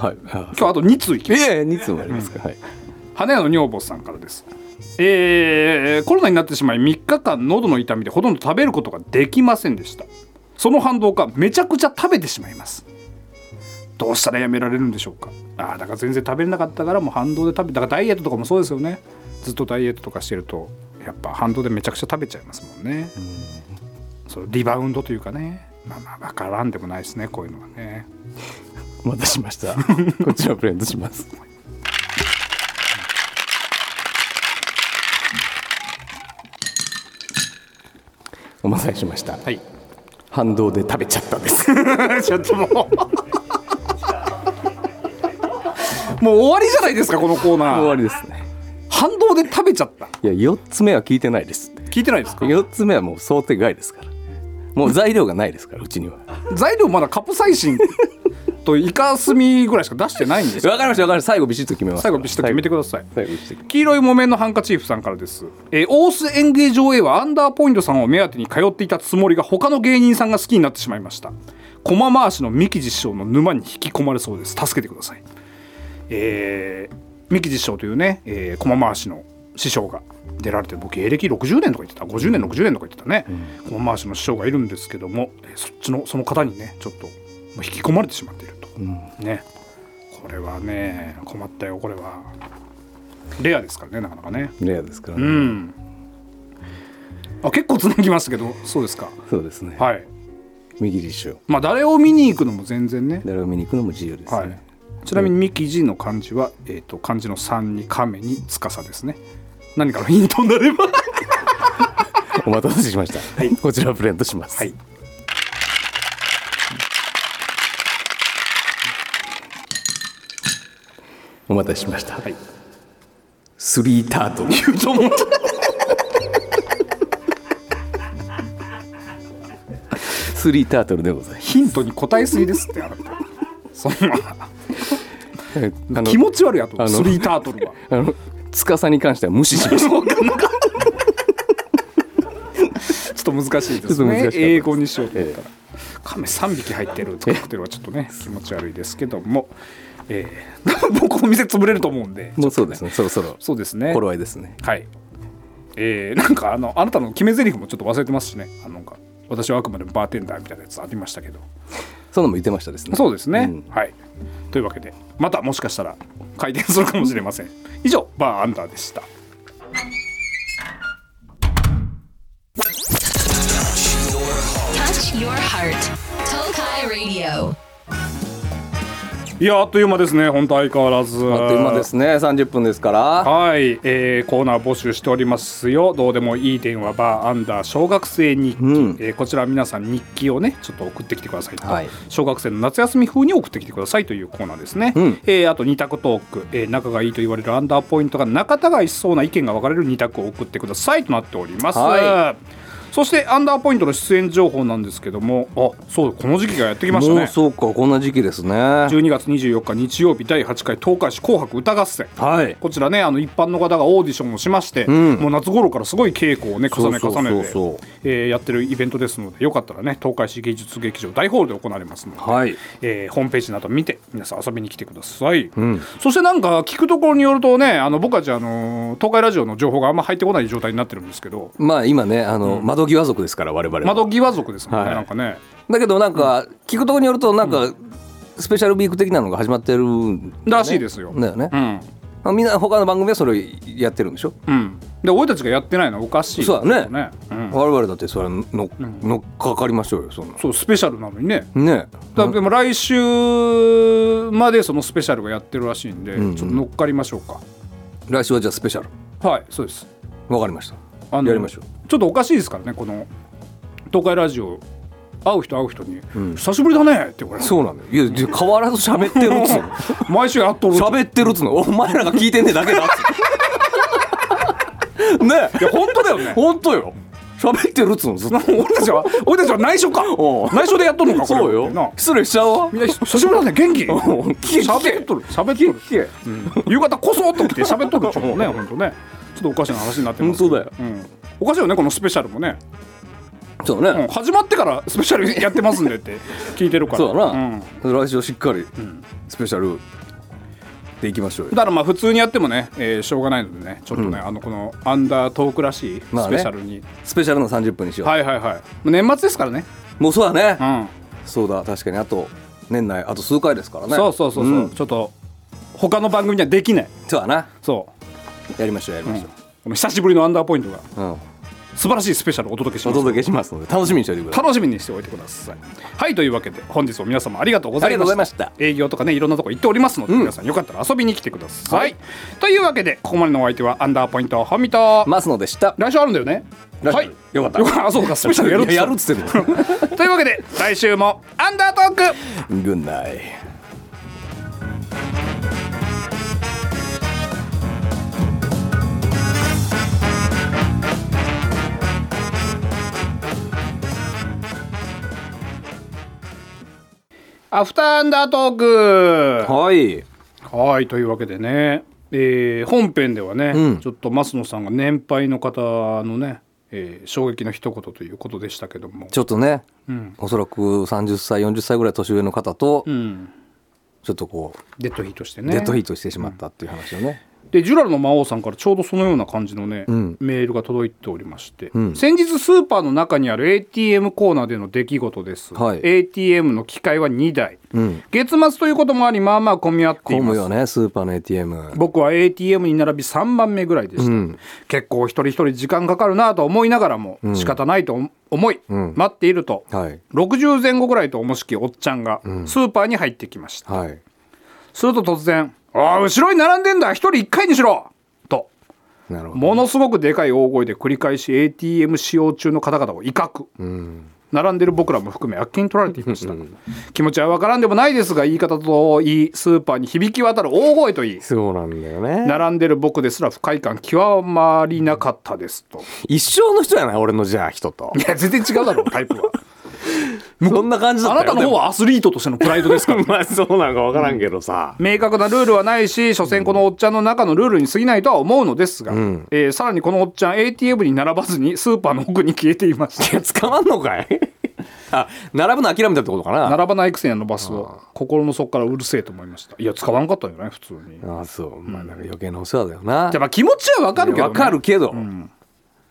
[SPEAKER 3] あと2通いきます
[SPEAKER 4] ええ2つもありますから、はい
[SPEAKER 3] 花屋の女房さんからですえーコロナになってしまい3日間喉の痛みでほとんど食べることができませんでしたその反動かめちゃくちゃ食べてしまいますどうしたらやめられるんでしょうかあーだから全然食べれなかったからもう反動で食べだからダイエットとかもそうですよねずっとダイエットとかしてるとやっぱ反動でめちゃくちゃ食べちゃいますもんねそのリバウンドというかねまあまあ分からんでもないですねこういうのはね
[SPEAKER 4] お待たせしました こちらをプレゼントしますお待たせしました、
[SPEAKER 3] はい
[SPEAKER 4] 反動で食べちゃったんです
[SPEAKER 3] ちょっともう。もう終わりじゃないですかこのコーナ
[SPEAKER 4] 終わ
[SPEAKER 3] ー
[SPEAKER 4] りですね
[SPEAKER 3] 反動で食べちゃった
[SPEAKER 4] いや4つ目は聞いてないです
[SPEAKER 3] 聞いてないですか
[SPEAKER 4] 4つ目はもう想定外ですからもう材料がないですからうちには
[SPEAKER 3] 材料まだカプサイシンとイカスミぐらいしか出してないんですよ
[SPEAKER 4] わかりましたわかりました最後ビシッと決めます
[SPEAKER 3] 最後ビシッと決めてください
[SPEAKER 4] 最後ビシッと決め
[SPEAKER 3] 黄色い木綿のハンカチーフさんからです、えー大須演芸場へはアンダーポイントさんを目当てに通っていたつもりが他の芸人さんが好きになってしまいました駒回しの三木師匠の沼に引き込まれそうです助けてくださいえー三木師匠というね、えー駒回しの師匠が出られて僕芸歴60年とか言ってた50年60年とか言ってたね、駒回しの師匠がいるんですけどもえーそっちのその方にねちょっともう引き込まれてしまっていると、ねこれはね困ったよこれはレアですからねなかなかね
[SPEAKER 4] ますレアですからね、
[SPEAKER 3] うんあ結構つなぎましたけどそうですか
[SPEAKER 4] そうですね、
[SPEAKER 3] はい
[SPEAKER 4] 右利きを
[SPEAKER 3] まあ誰を見に行くのも全然ね
[SPEAKER 4] 誰を見に行くのも自由ですね、
[SPEAKER 3] はいちなみにミキジの漢字は、えー、と漢字の3に亀に司ですね何かのヒントになれば
[SPEAKER 4] お待たせしました、こちらをプレゼントします、
[SPEAKER 3] はい
[SPEAKER 4] お待たせしました、スリータートル
[SPEAKER 3] 言うと思った
[SPEAKER 4] スリータートルでございます
[SPEAKER 3] ヒントに答えすぎですってあなたそん
[SPEAKER 4] あ
[SPEAKER 3] な
[SPEAKER 4] の
[SPEAKER 3] 気持ち悪いやと
[SPEAKER 4] あの
[SPEAKER 3] スリータートルは
[SPEAKER 4] あの司に関しては無視し ました
[SPEAKER 3] ちょっと難しいで
[SPEAKER 4] ち
[SPEAKER 3] す
[SPEAKER 4] ょっと難し
[SPEAKER 3] ね
[SPEAKER 4] かったです
[SPEAKER 3] 英語にしようと思ったら、カメ3匹入ってるカクテルはちょっとね気持ち悪いですけども、え ー僕お店潰れると思うんで
[SPEAKER 4] もうそうですねそろそろ
[SPEAKER 3] そうですね
[SPEAKER 4] 頃合いですね
[SPEAKER 3] はいえーなんかあのあなたの決め台詞もちょっと忘れてますしねあのなんか私はあくまでもバーテンダーみたいなやつありましたけど
[SPEAKER 4] そんなのも言ってましたですね
[SPEAKER 3] そうですね、
[SPEAKER 4] ん
[SPEAKER 3] はいというわけでまたもしかしたら回転するかもしれません以上バーアンダーでした
[SPEAKER 2] Touch your heart. Tokai Radio.
[SPEAKER 3] いやあっという間ですね本当相変わらず
[SPEAKER 4] あっという間ですね30分ですから
[SPEAKER 3] はい、えーコーナー募集しておりますよどうでもいい電話バーアンダー小学生日記、
[SPEAKER 4] ん
[SPEAKER 3] えーこちら皆さん日記をねちょっと送ってきてくださいと、
[SPEAKER 4] はい
[SPEAKER 3] 小学生の夏休み風に送ってきてくださいというコーナーですね、
[SPEAKER 4] うん
[SPEAKER 3] えーあと二択トーク、えー仲がいいと言われるアンダーポイントが仲違いしそうな意見が分かれる二択を送ってくださいとなっております、
[SPEAKER 4] は
[SPEAKER 3] そしてアンダーポイントの出演情報なんですけどもあそうこの時期がやってきました
[SPEAKER 4] もう
[SPEAKER 3] ね
[SPEAKER 4] そうかこんな時期ですねは
[SPEAKER 3] 12月24日日曜日第8回東海市紅白歌合戦
[SPEAKER 4] い
[SPEAKER 3] こちらねあの一般の方がオーディションをしまして、
[SPEAKER 4] ん
[SPEAKER 3] もう夏頃からすごい稽古をね重ね
[SPEAKER 4] そ
[SPEAKER 3] 重
[SPEAKER 4] うそうそう
[SPEAKER 3] ねて
[SPEAKER 4] そう
[SPEAKER 3] えーやってるイベントですのでよかったらね東海市芸術劇場大ホールで行われますので、
[SPEAKER 4] はい
[SPEAKER 3] えーホームページなど見て皆さん遊びに来てください、
[SPEAKER 4] ん
[SPEAKER 3] そしてなんか聞くところによるとねあの僕たち、あのー東海ラジオの情報があんま入ってこない状態になってるんですけど
[SPEAKER 4] まあ今ねあの、窓際族ですから我々は
[SPEAKER 3] 窓際族ですもんね、
[SPEAKER 4] はい
[SPEAKER 3] なんかね
[SPEAKER 4] だけどなんか聞くところによるとなんかスペシャルウィーク的なのが始まってるんだよね
[SPEAKER 3] らしいですよ
[SPEAKER 4] だよね
[SPEAKER 3] う、ん
[SPEAKER 4] まあみんな他の番組はそれやってるんでしょ、
[SPEAKER 3] うんで俺たちがやってないのはおかしい
[SPEAKER 4] そうだね
[SPEAKER 3] うん
[SPEAKER 4] 我々だってそれはの乗っかかりましょうよそんな
[SPEAKER 3] そうスペシャルなのにね
[SPEAKER 4] ね
[SPEAKER 3] だからでも来週までそのスペシャルがやってるらしいんで、
[SPEAKER 4] んうん
[SPEAKER 3] ちょっと乗っかりましょうか
[SPEAKER 4] 来週はじゃあスペシャル
[SPEAKER 3] はいそうです
[SPEAKER 4] わかりました
[SPEAKER 3] あの
[SPEAKER 4] やりましょう
[SPEAKER 3] ちょっとおかしいですからねこの東海ラジオ会う人会う人に「久しぶりだね」って言われて
[SPEAKER 4] そうなんだよいやで変わらず喋ってるっつうの
[SPEAKER 3] 毎週やっとる
[SPEAKER 4] 喋ってるっつうのお前らが聞いてんねえだけだっ つうのねえ
[SPEAKER 3] いや本当だよね
[SPEAKER 4] 本当よ喋ってるっつうのずっと
[SPEAKER 3] 俺たちは俺たちは内緒か
[SPEAKER 4] おう
[SPEAKER 3] 内緒でやっとるのかこれ
[SPEAKER 4] そう
[SPEAKER 3] な
[SPEAKER 4] よ失礼しちゃうわ
[SPEAKER 3] みんな久しぶりだね元気
[SPEAKER 4] おう聞け
[SPEAKER 3] 喋っとる喋っとるうん夕方こそっと来て喋っとるちょっとね本当ねちょっとおかしな話になってますけど
[SPEAKER 4] 本当
[SPEAKER 3] うんおかしいよねこのスペシャルもね
[SPEAKER 4] そうね、
[SPEAKER 3] うん始まってからスペシャルやってますんでって聞いてるから
[SPEAKER 4] そうだな、
[SPEAKER 3] ん
[SPEAKER 4] 来週はしっかりスペシャルでいきましょうよ、
[SPEAKER 3] だからまあ普通にやってもね、えーしょうがないのでねちょっとね、あのこのアンダートークらしいス
[SPEAKER 4] まあね
[SPEAKER 3] ペシャルに、
[SPEAKER 4] スペシャルの30分にしよう、
[SPEAKER 3] はいはいはい年末ですからね
[SPEAKER 4] もうそうだね、
[SPEAKER 3] うん
[SPEAKER 4] そうだ確かにあと年内あと数回ですからね
[SPEAKER 3] そうそうそうそう、
[SPEAKER 4] ん
[SPEAKER 3] ちょっと他の番組にはできない
[SPEAKER 4] そうだな
[SPEAKER 3] そ
[SPEAKER 4] やりましょうやり
[SPEAKER 3] う、
[SPEAKER 4] ま
[SPEAKER 3] うん
[SPEAKER 4] しょ
[SPEAKER 3] この久しぶりのアンダーポイントが
[SPEAKER 4] う、うん
[SPEAKER 3] 素晴らしいスペシャルをお届けし
[SPEAKER 4] お
[SPEAKER 3] ます
[SPEAKER 4] 届けしますので楽しみにしておいてください
[SPEAKER 3] 楽しみにしておいてくださいはいというわけで本日も皆様ありがとうございました
[SPEAKER 4] ありがとうございま
[SPEAKER 3] 営業とかねいろんなとこ行っておりますので、
[SPEAKER 4] うん
[SPEAKER 3] 皆さんよかったら遊びに来てください、
[SPEAKER 4] はい
[SPEAKER 3] というわけでここまでのお相手はアンダーポイントホミと
[SPEAKER 4] ますのでした
[SPEAKER 3] 来週あるんだよね
[SPEAKER 4] 来週
[SPEAKER 3] はい
[SPEAKER 4] よかった
[SPEAKER 3] よかったあそうかスペシャルやるっ
[SPEAKER 4] いややるっつってん の
[SPEAKER 3] てというわけで来週もアンダートーク
[SPEAKER 4] Good night
[SPEAKER 3] アフターアンダートーク
[SPEAKER 4] はい
[SPEAKER 3] はいというわけでね、えー本編ではね、
[SPEAKER 4] うん
[SPEAKER 3] ちょっと増野さんが年配の方のね、えー衝撃の一言ということでしたけども
[SPEAKER 4] ちょっとね、
[SPEAKER 3] ん
[SPEAKER 4] おそらく30歳40歳ぐらい年上の方と、
[SPEAKER 3] うん
[SPEAKER 4] ちょっとこう
[SPEAKER 3] デッドヒートしてね
[SPEAKER 4] デッドヒートしてしまったっていう話をね、
[SPEAKER 3] でジュラルの魔王さんからちょうどそのような感じのね、
[SPEAKER 4] ん
[SPEAKER 3] メールが届いておりまして、
[SPEAKER 4] ん
[SPEAKER 3] 先日スーパーの中にある ATM コーナーでの出来事です、
[SPEAKER 4] はい
[SPEAKER 3] ATM の機械は2台、
[SPEAKER 4] うん
[SPEAKER 3] 月末ということもありまあまあ混み合ってい
[SPEAKER 4] 混
[SPEAKER 3] ま
[SPEAKER 4] む
[SPEAKER 3] す
[SPEAKER 4] よねスーパーの ATM
[SPEAKER 3] 僕は ATM に並び3番目ぐらいでした、
[SPEAKER 4] うん
[SPEAKER 3] 結構一人一人時間かかるなと思いながらも仕方ないと思い、
[SPEAKER 4] うん
[SPEAKER 3] 待っていると、
[SPEAKER 4] はい
[SPEAKER 3] 60前後ぐらいとおもしきおっちゃんがスーパーに入ってきました、
[SPEAKER 4] はい
[SPEAKER 3] すると突然「ああ後ろに並んでんだ一人一回にしろ!」と
[SPEAKER 4] なるほど
[SPEAKER 3] ものすごくでかい大声で繰り返し ATM 使用中の方々を威嚇、並んでる僕らも含めあっけに取られていました気持ちはわからんでもないですが言い方といいスーパーに響き渡る大声といい
[SPEAKER 4] そうなんだよね
[SPEAKER 3] 並んでる僕ですら不快感極まりなかったですと
[SPEAKER 4] 一生の人やない俺のじゃあ人と
[SPEAKER 3] いや全然違うだろうタイプは
[SPEAKER 4] そんな感じだ
[SPEAKER 3] あ
[SPEAKER 4] った
[SPEAKER 3] なたの
[SPEAKER 4] よ
[SPEAKER 3] 方はアスリートとしてのプライドですから
[SPEAKER 4] でもまあそうなんか分からんけどさ、
[SPEAKER 3] 明確なルールはないし所詮このおっちゃんの中のルールに過ぎないとは思うのですが、
[SPEAKER 4] ん
[SPEAKER 3] えーさらにこのおっちゃん ATM に並ばずにスーパーの奥に消えていま した
[SPEAKER 4] 捕まんのかい あ並ぶの諦めたってことかな
[SPEAKER 3] 並ばないくせにあのバスを心の底からうるせえと思いましたいや使わんかったんじゃない普通に
[SPEAKER 4] あそうまあなんか余計なお世話だよな
[SPEAKER 3] じゃあまあ気持ちはわかるけど、ね、
[SPEAKER 4] わかるけど、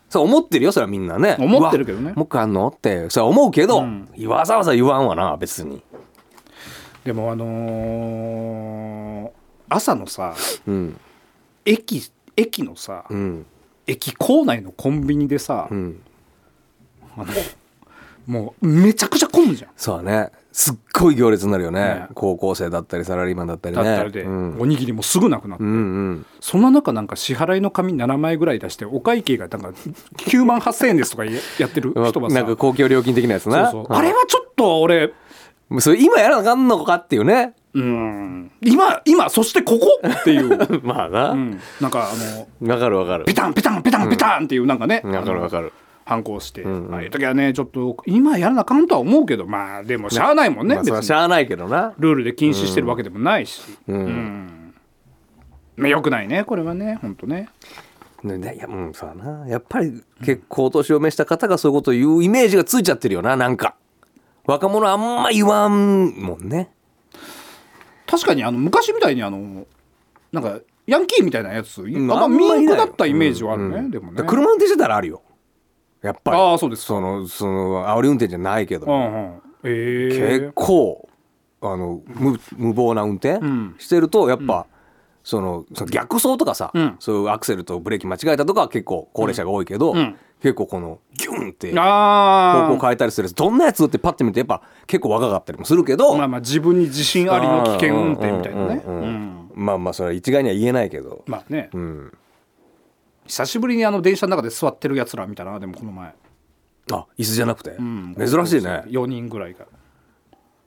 [SPEAKER 4] そう思ってるよそれはみんなね
[SPEAKER 3] 思ってるけどね
[SPEAKER 4] うわもう一回あんのってそれは思うけど、わざわざ言わんわな別に
[SPEAKER 3] でもあのー朝のさ
[SPEAKER 4] うん
[SPEAKER 3] 駅駅のさ、
[SPEAKER 4] うん
[SPEAKER 3] 駅構内のコンビニでさ、
[SPEAKER 4] ん
[SPEAKER 3] あのもうめちゃくちゃ混むじゃん
[SPEAKER 4] そうだねすっごい行列になるよね
[SPEAKER 3] ね
[SPEAKER 4] 高校生だったりサラリーマンだったり
[SPEAKER 3] だ
[SPEAKER 4] ね
[SPEAKER 3] ったらで、
[SPEAKER 4] うん、
[SPEAKER 3] おにぎりもすぐなくなって、
[SPEAKER 4] うんうん
[SPEAKER 3] そんな中なんか支払いの紙7枚ぐらい出してお会計がなんか9万8,000円ですとかややってる
[SPEAKER 4] うわ
[SPEAKER 3] 人が
[SPEAKER 4] な
[SPEAKER 3] さ
[SPEAKER 4] んか公共料金的なやつな
[SPEAKER 3] そうそう
[SPEAKER 4] うん
[SPEAKER 3] あれはちょっと俺
[SPEAKER 4] もうそれ今やらなあかんのかっていうね
[SPEAKER 3] うん今今そしてここっていう、
[SPEAKER 4] まあな、わ
[SPEAKER 3] うんなんかあの
[SPEAKER 4] かるわかる
[SPEAKER 3] ペタンペタンペタンペタンっていうなんかね、
[SPEAKER 4] わかるわかる
[SPEAKER 3] 反抗して、
[SPEAKER 4] んうん
[SPEAKER 3] ああいう時はねちょっと今やらなあかんとは思うけどまあでもしゃあないもんね、
[SPEAKER 4] まあ、それは
[SPEAKER 3] 別
[SPEAKER 4] し
[SPEAKER 3] に
[SPEAKER 4] ゃあないけどな
[SPEAKER 3] ルールで禁止してるわけでもないし、
[SPEAKER 4] うん
[SPEAKER 3] まあ、よくないねこれはね本当ね
[SPEAKER 4] ねねいやうんそうだなやっぱり結構お年を召した方がそういうことを言うイメージがついちゃってるよななんか若者あんま言わんもんね
[SPEAKER 3] 確かにあの昔みたいにあのなんかヤンキーみたいなやつあん
[SPEAKER 4] あ
[SPEAKER 3] ま
[SPEAKER 4] んまい
[SPEAKER 3] ミ
[SPEAKER 4] ない
[SPEAKER 3] ンクだったイメージはあるね、
[SPEAKER 4] うん
[SPEAKER 3] でも
[SPEAKER 4] だ
[SPEAKER 3] ね
[SPEAKER 4] から車運転してたらあるよやっぱり
[SPEAKER 3] ああそうです
[SPEAKER 4] そのその煽り運転じゃないけど、
[SPEAKER 3] うんうんええ
[SPEAKER 4] 結構あの無無謀な運転
[SPEAKER 3] ん
[SPEAKER 4] してるとやっぱ、そのその逆走とかさ、
[SPEAKER 3] うん
[SPEAKER 4] そういうアクセルとブレーキ間違えたとかは結構高齢者が多いけど、
[SPEAKER 3] ん
[SPEAKER 4] 結構このギュンって
[SPEAKER 3] あ
[SPEAKER 4] 方向変えたりするやつどんなやつってパッて見てやっぱ結構若かったりもするけど、
[SPEAKER 3] あまあまあ自分に自信ありの危険運転みたいなね、
[SPEAKER 4] う
[SPEAKER 3] うんん
[SPEAKER 4] うんうんまあまあそれは一概には言えないけど、
[SPEAKER 3] まあね、
[SPEAKER 4] うん、
[SPEAKER 3] 久しぶりにあの電車の中で座ってるやつらみたいなでもこの前、
[SPEAKER 4] あ椅子じゃなくて、
[SPEAKER 3] うん
[SPEAKER 4] 珍しいねだか
[SPEAKER 3] 4人ぐらいが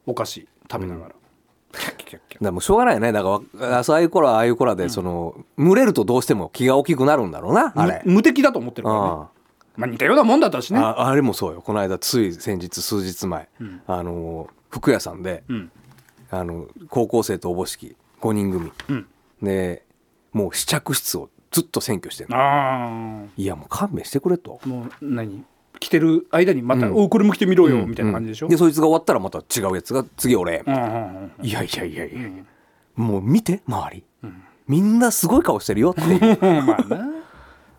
[SPEAKER 3] お菓子食べながら、キャッキャッキャッキャッ
[SPEAKER 4] らもうしょうがないよねだからああいう頃はああいう頃でその、群れるとどうしても気が大きくなるんだろうなあれ、
[SPEAKER 3] む無敵だと思ってるからね
[SPEAKER 4] あ
[SPEAKER 3] まあ似たようなもんだったしね
[SPEAKER 4] ああれもそうよこの間つい先日数日前、あの服屋さんで、
[SPEAKER 3] ん
[SPEAKER 4] あの高校生とおぼしき5人組、
[SPEAKER 3] ん
[SPEAKER 4] でもう試着室をずっと占拠してる
[SPEAKER 3] あ
[SPEAKER 4] いやもう勘弁してくれと
[SPEAKER 3] あ。もう何着てる間にまた「おこれも着てみろよ」みたいな感じでしょ、
[SPEAKER 4] でそいつが終わったらまた違うやつが次俺、
[SPEAKER 3] うんうんうん
[SPEAKER 4] いやいやいやいやいや、もう見て周り、みんなすごい顔してるよっていう
[SPEAKER 3] まあな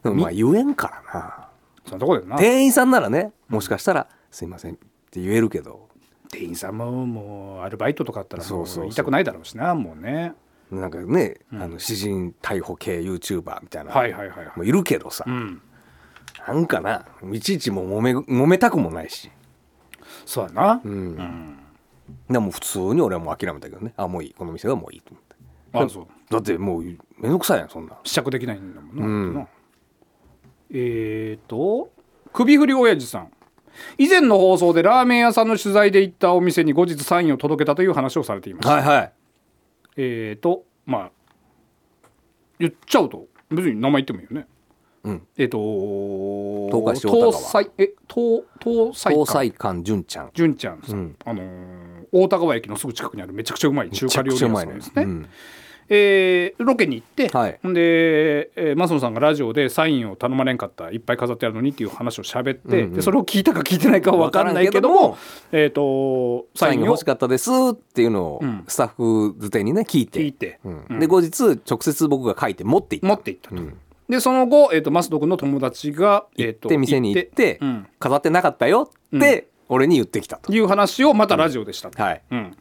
[SPEAKER 4] でもまあ言えんからな
[SPEAKER 3] そのとこだよな
[SPEAKER 4] 店員さんならねもしかしたら「すいません」って言えるけど
[SPEAKER 3] 店員さんももうアルバイトとかあったら
[SPEAKER 4] そ
[SPEAKER 3] も
[SPEAKER 4] う
[SPEAKER 3] う
[SPEAKER 4] そうそう
[SPEAKER 3] 言いたくないだろうしなもうね
[SPEAKER 4] なんかね、あの詩人逮捕系 YouTuber みたいな、
[SPEAKER 3] はいはいはいはい
[SPEAKER 4] もういるけどさ、
[SPEAKER 3] うん
[SPEAKER 4] なんかないちいちもう揉め揉めたくもないし
[SPEAKER 3] そうだな、
[SPEAKER 4] でもう普通に俺はもう諦めたけどねあもういいこの店はもういいと思って
[SPEAKER 3] あそう
[SPEAKER 4] だってもうめんどくさいやんそんな
[SPEAKER 3] 試着できないんだもんな,、
[SPEAKER 4] うん
[SPEAKER 3] なえー、と首振り親父さん以前の放送でラーメン屋さんの取材で行ったお店に後日サインを届けたという話をされていました、
[SPEAKER 4] はいはい
[SPEAKER 3] えー、とまあ言っちゃうと別に名前言ってもいいよね
[SPEAKER 4] うん
[SPEAKER 3] えっ、と
[SPEAKER 4] 東海市大田川
[SPEAKER 3] 東西え東東西
[SPEAKER 4] 交
[SPEAKER 3] 館
[SPEAKER 4] 際官純ちゃん
[SPEAKER 3] 純ちゃんさん、
[SPEAKER 4] うん
[SPEAKER 3] あのー大田川駅のすぐ近くにあるめちゃくちゃうまい中華料理屋さんですね、
[SPEAKER 4] うん
[SPEAKER 3] えーロケに行って、
[SPEAKER 4] はい
[SPEAKER 3] ほんで、えー、マスノさんがラジオでサインを頼まれんかったいっぱい飾ってあるのにっていう話を喋って、でそれを聞いたか聞いてないかは分からないけども
[SPEAKER 4] わか
[SPEAKER 3] えっ、と
[SPEAKER 4] サ
[SPEAKER 3] サ
[SPEAKER 4] イ
[SPEAKER 3] イ
[SPEAKER 4] ン
[SPEAKER 3] ン
[SPEAKER 4] が
[SPEAKER 3] を
[SPEAKER 4] 欲しかったですっていうのを
[SPEAKER 3] うん
[SPEAKER 4] スタッフづてにね聞いて
[SPEAKER 3] 聞いて
[SPEAKER 4] うん
[SPEAKER 3] うん
[SPEAKER 4] で後日直接僕が書いて持っていった
[SPEAKER 3] 持っていったと、
[SPEAKER 4] うん
[SPEAKER 3] でその後、えー、とマスド君の友達が、えー、と
[SPEAKER 4] で店に行って
[SPEAKER 3] うん
[SPEAKER 4] 飾ってなかったよって俺に言ってきたと
[SPEAKER 3] いう話をまたラジオでしたと、
[SPEAKER 4] はい
[SPEAKER 3] うん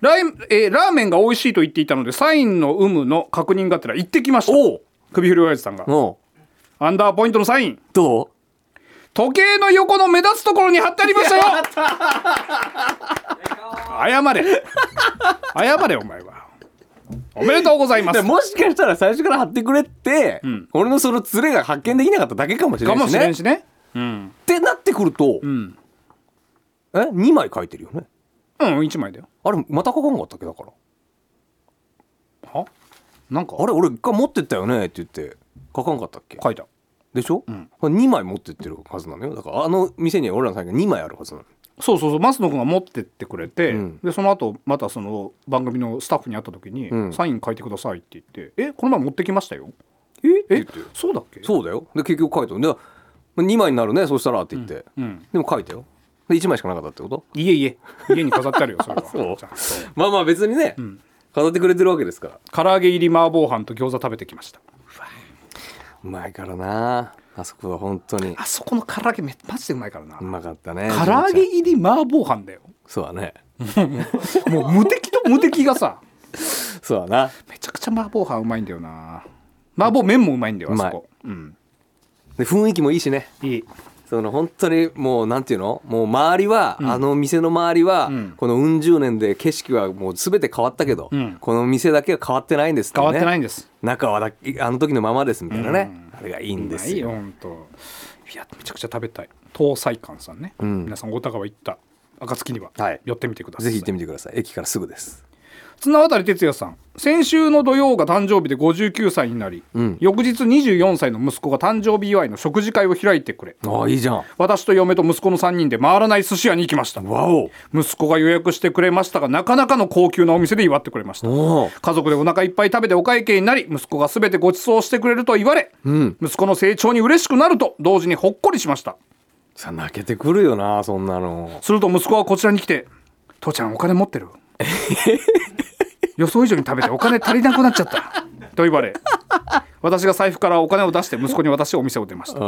[SPEAKER 3] ライえーラーメンが美味しいと言っていたのでサインの有無の確認がてら行ってきました
[SPEAKER 4] おう
[SPEAKER 3] 首振り親父さんが
[SPEAKER 4] も
[SPEAKER 3] アンダーポイントのサイン
[SPEAKER 4] うどう
[SPEAKER 3] 時計の横の目立つところに貼ってありましたよ謝れ謝れお前はおめでとうございま
[SPEAKER 4] ですもしかしたら最初から貼ってくれって、
[SPEAKER 3] ん
[SPEAKER 4] 俺のそのズレが発見できなかっただけかもしれ
[SPEAKER 3] か
[SPEAKER 4] な
[SPEAKER 3] も
[SPEAKER 4] いし
[SPEAKER 3] し
[SPEAKER 4] ね
[SPEAKER 3] れんしねうん
[SPEAKER 4] ってなってくると、
[SPEAKER 3] うん
[SPEAKER 4] え2枚書いてるよね
[SPEAKER 3] うん1枚だよ
[SPEAKER 4] あれまた書かんかったっけだから
[SPEAKER 3] はなんか
[SPEAKER 4] あれ俺一回持ってったよねって言って書かんかったっけ
[SPEAKER 3] 書いた
[SPEAKER 4] でしょ、
[SPEAKER 3] ん
[SPEAKER 4] これ2枚持ってってるはずなのよだからあの店には俺らの財布が2枚あるはずなの
[SPEAKER 3] そうそうそう増野君が持ってってくれて、
[SPEAKER 4] うん
[SPEAKER 3] でその後またその番組のスタッフに会った時に「
[SPEAKER 4] うん
[SPEAKER 3] サイン書いてください」って言って「えこの前持ってきましたよ」
[SPEAKER 4] え
[SPEAKER 3] えそうだっけ
[SPEAKER 4] そうだよで結局書いてるで2枚になるねそしたらって言って、
[SPEAKER 3] うん
[SPEAKER 4] でも書いたよで1枚しかなかったってこと
[SPEAKER 3] いえいえ家に飾って あるよそれは
[SPEAKER 4] そう
[SPEAKER 3] ちゃんとそう
[SPEAKER 4] まあまあ別にね、飾ってくれてるわけですから
[SPEAKER 3] 唐揚げ入り麻婆飯と餃子食べてきました
[SPEAKER 4] うまいからなあそこは本当に
[SPEAKER 3] あそこの唐揚げめマジでうまいからな、
[SPEAKER 4] うまかったね
[SPEAKER 3] 唐揚げ入り麻婆飯だよ
[SPEAKER 4] そうだね
[SPEAKER 3] もう無敵と無敵がさ
[SPEAKER 4] そうだな
[SPEAKER 3] めちゃくちゃ麻婆飯うまいんだよな麻婆麺もうまいんだよあそこうん
[SPEAKER 4] で雰囲気もいいしね
[SPEAKER 3] いい
[SPEAKER 4] その本当にもうなんていうのもう周りは、あの店の周りは、
[SPEAKER 3] ん
[SPEAKER 4] このうん十年で景色はもう全て変わったけど、
[SPEAKER 3] うん
[SPEAKER 4] この店だけは変わってないんです
[SPEAKER 3] 変わってないいんです
[SPEAKER 4] 中はだあの時のままですみたいなね、あれがいいんですよ
[SPEAKER 3] うまいほんといやめちゃくちゃ食べたい東西館さんね、
[SPEAKER 4] ん
[SPEAKER 3] 皆さん大高は行った暁には
[SPEAKER 4] はい
[SPEAKER 3] 寄ってみてください、
[SPEAKER 4] ぜひ行ってみてください駅からすぐです
[SPEAKER 3] 綱渡哲也さん先週の土曜が誕生日で59歳になり、
[SPEAKER 4] ん
[SPEAKER 3] 翌日24歳の息子が誕生日祝いの食事会を開いてくれ
[SPEAKER 4] ああいいじゃんわ
[SPEAKER 3] 私と嫁と息子の3人で回らない寿司屋に行きました
[SPEAKER 4] お
[SPEAKER 3] 息子が予約してくれましたがなかなかの高級なお店で祝ってくれました
[SPEAKER 4] おお
[SPEAKER 3] 家族でお腹いっぱい食べてお会計になり息子が全てご馳走してくれると言われ、
[SPEAKER 4] ん
[SPEAKER 3] 息子の成長に嬉しくなると同時にほっこりしました
[SPEAKER 4] さ泣けてくるよなそんなの
[SPEAKER 3] すると息子はこちらに来て「父ちゃんお金持ってる?」「予想以上に食べてお金足りなくなっちゃった」と言われ私が財布からお金を出して息子に渡してお店を出ました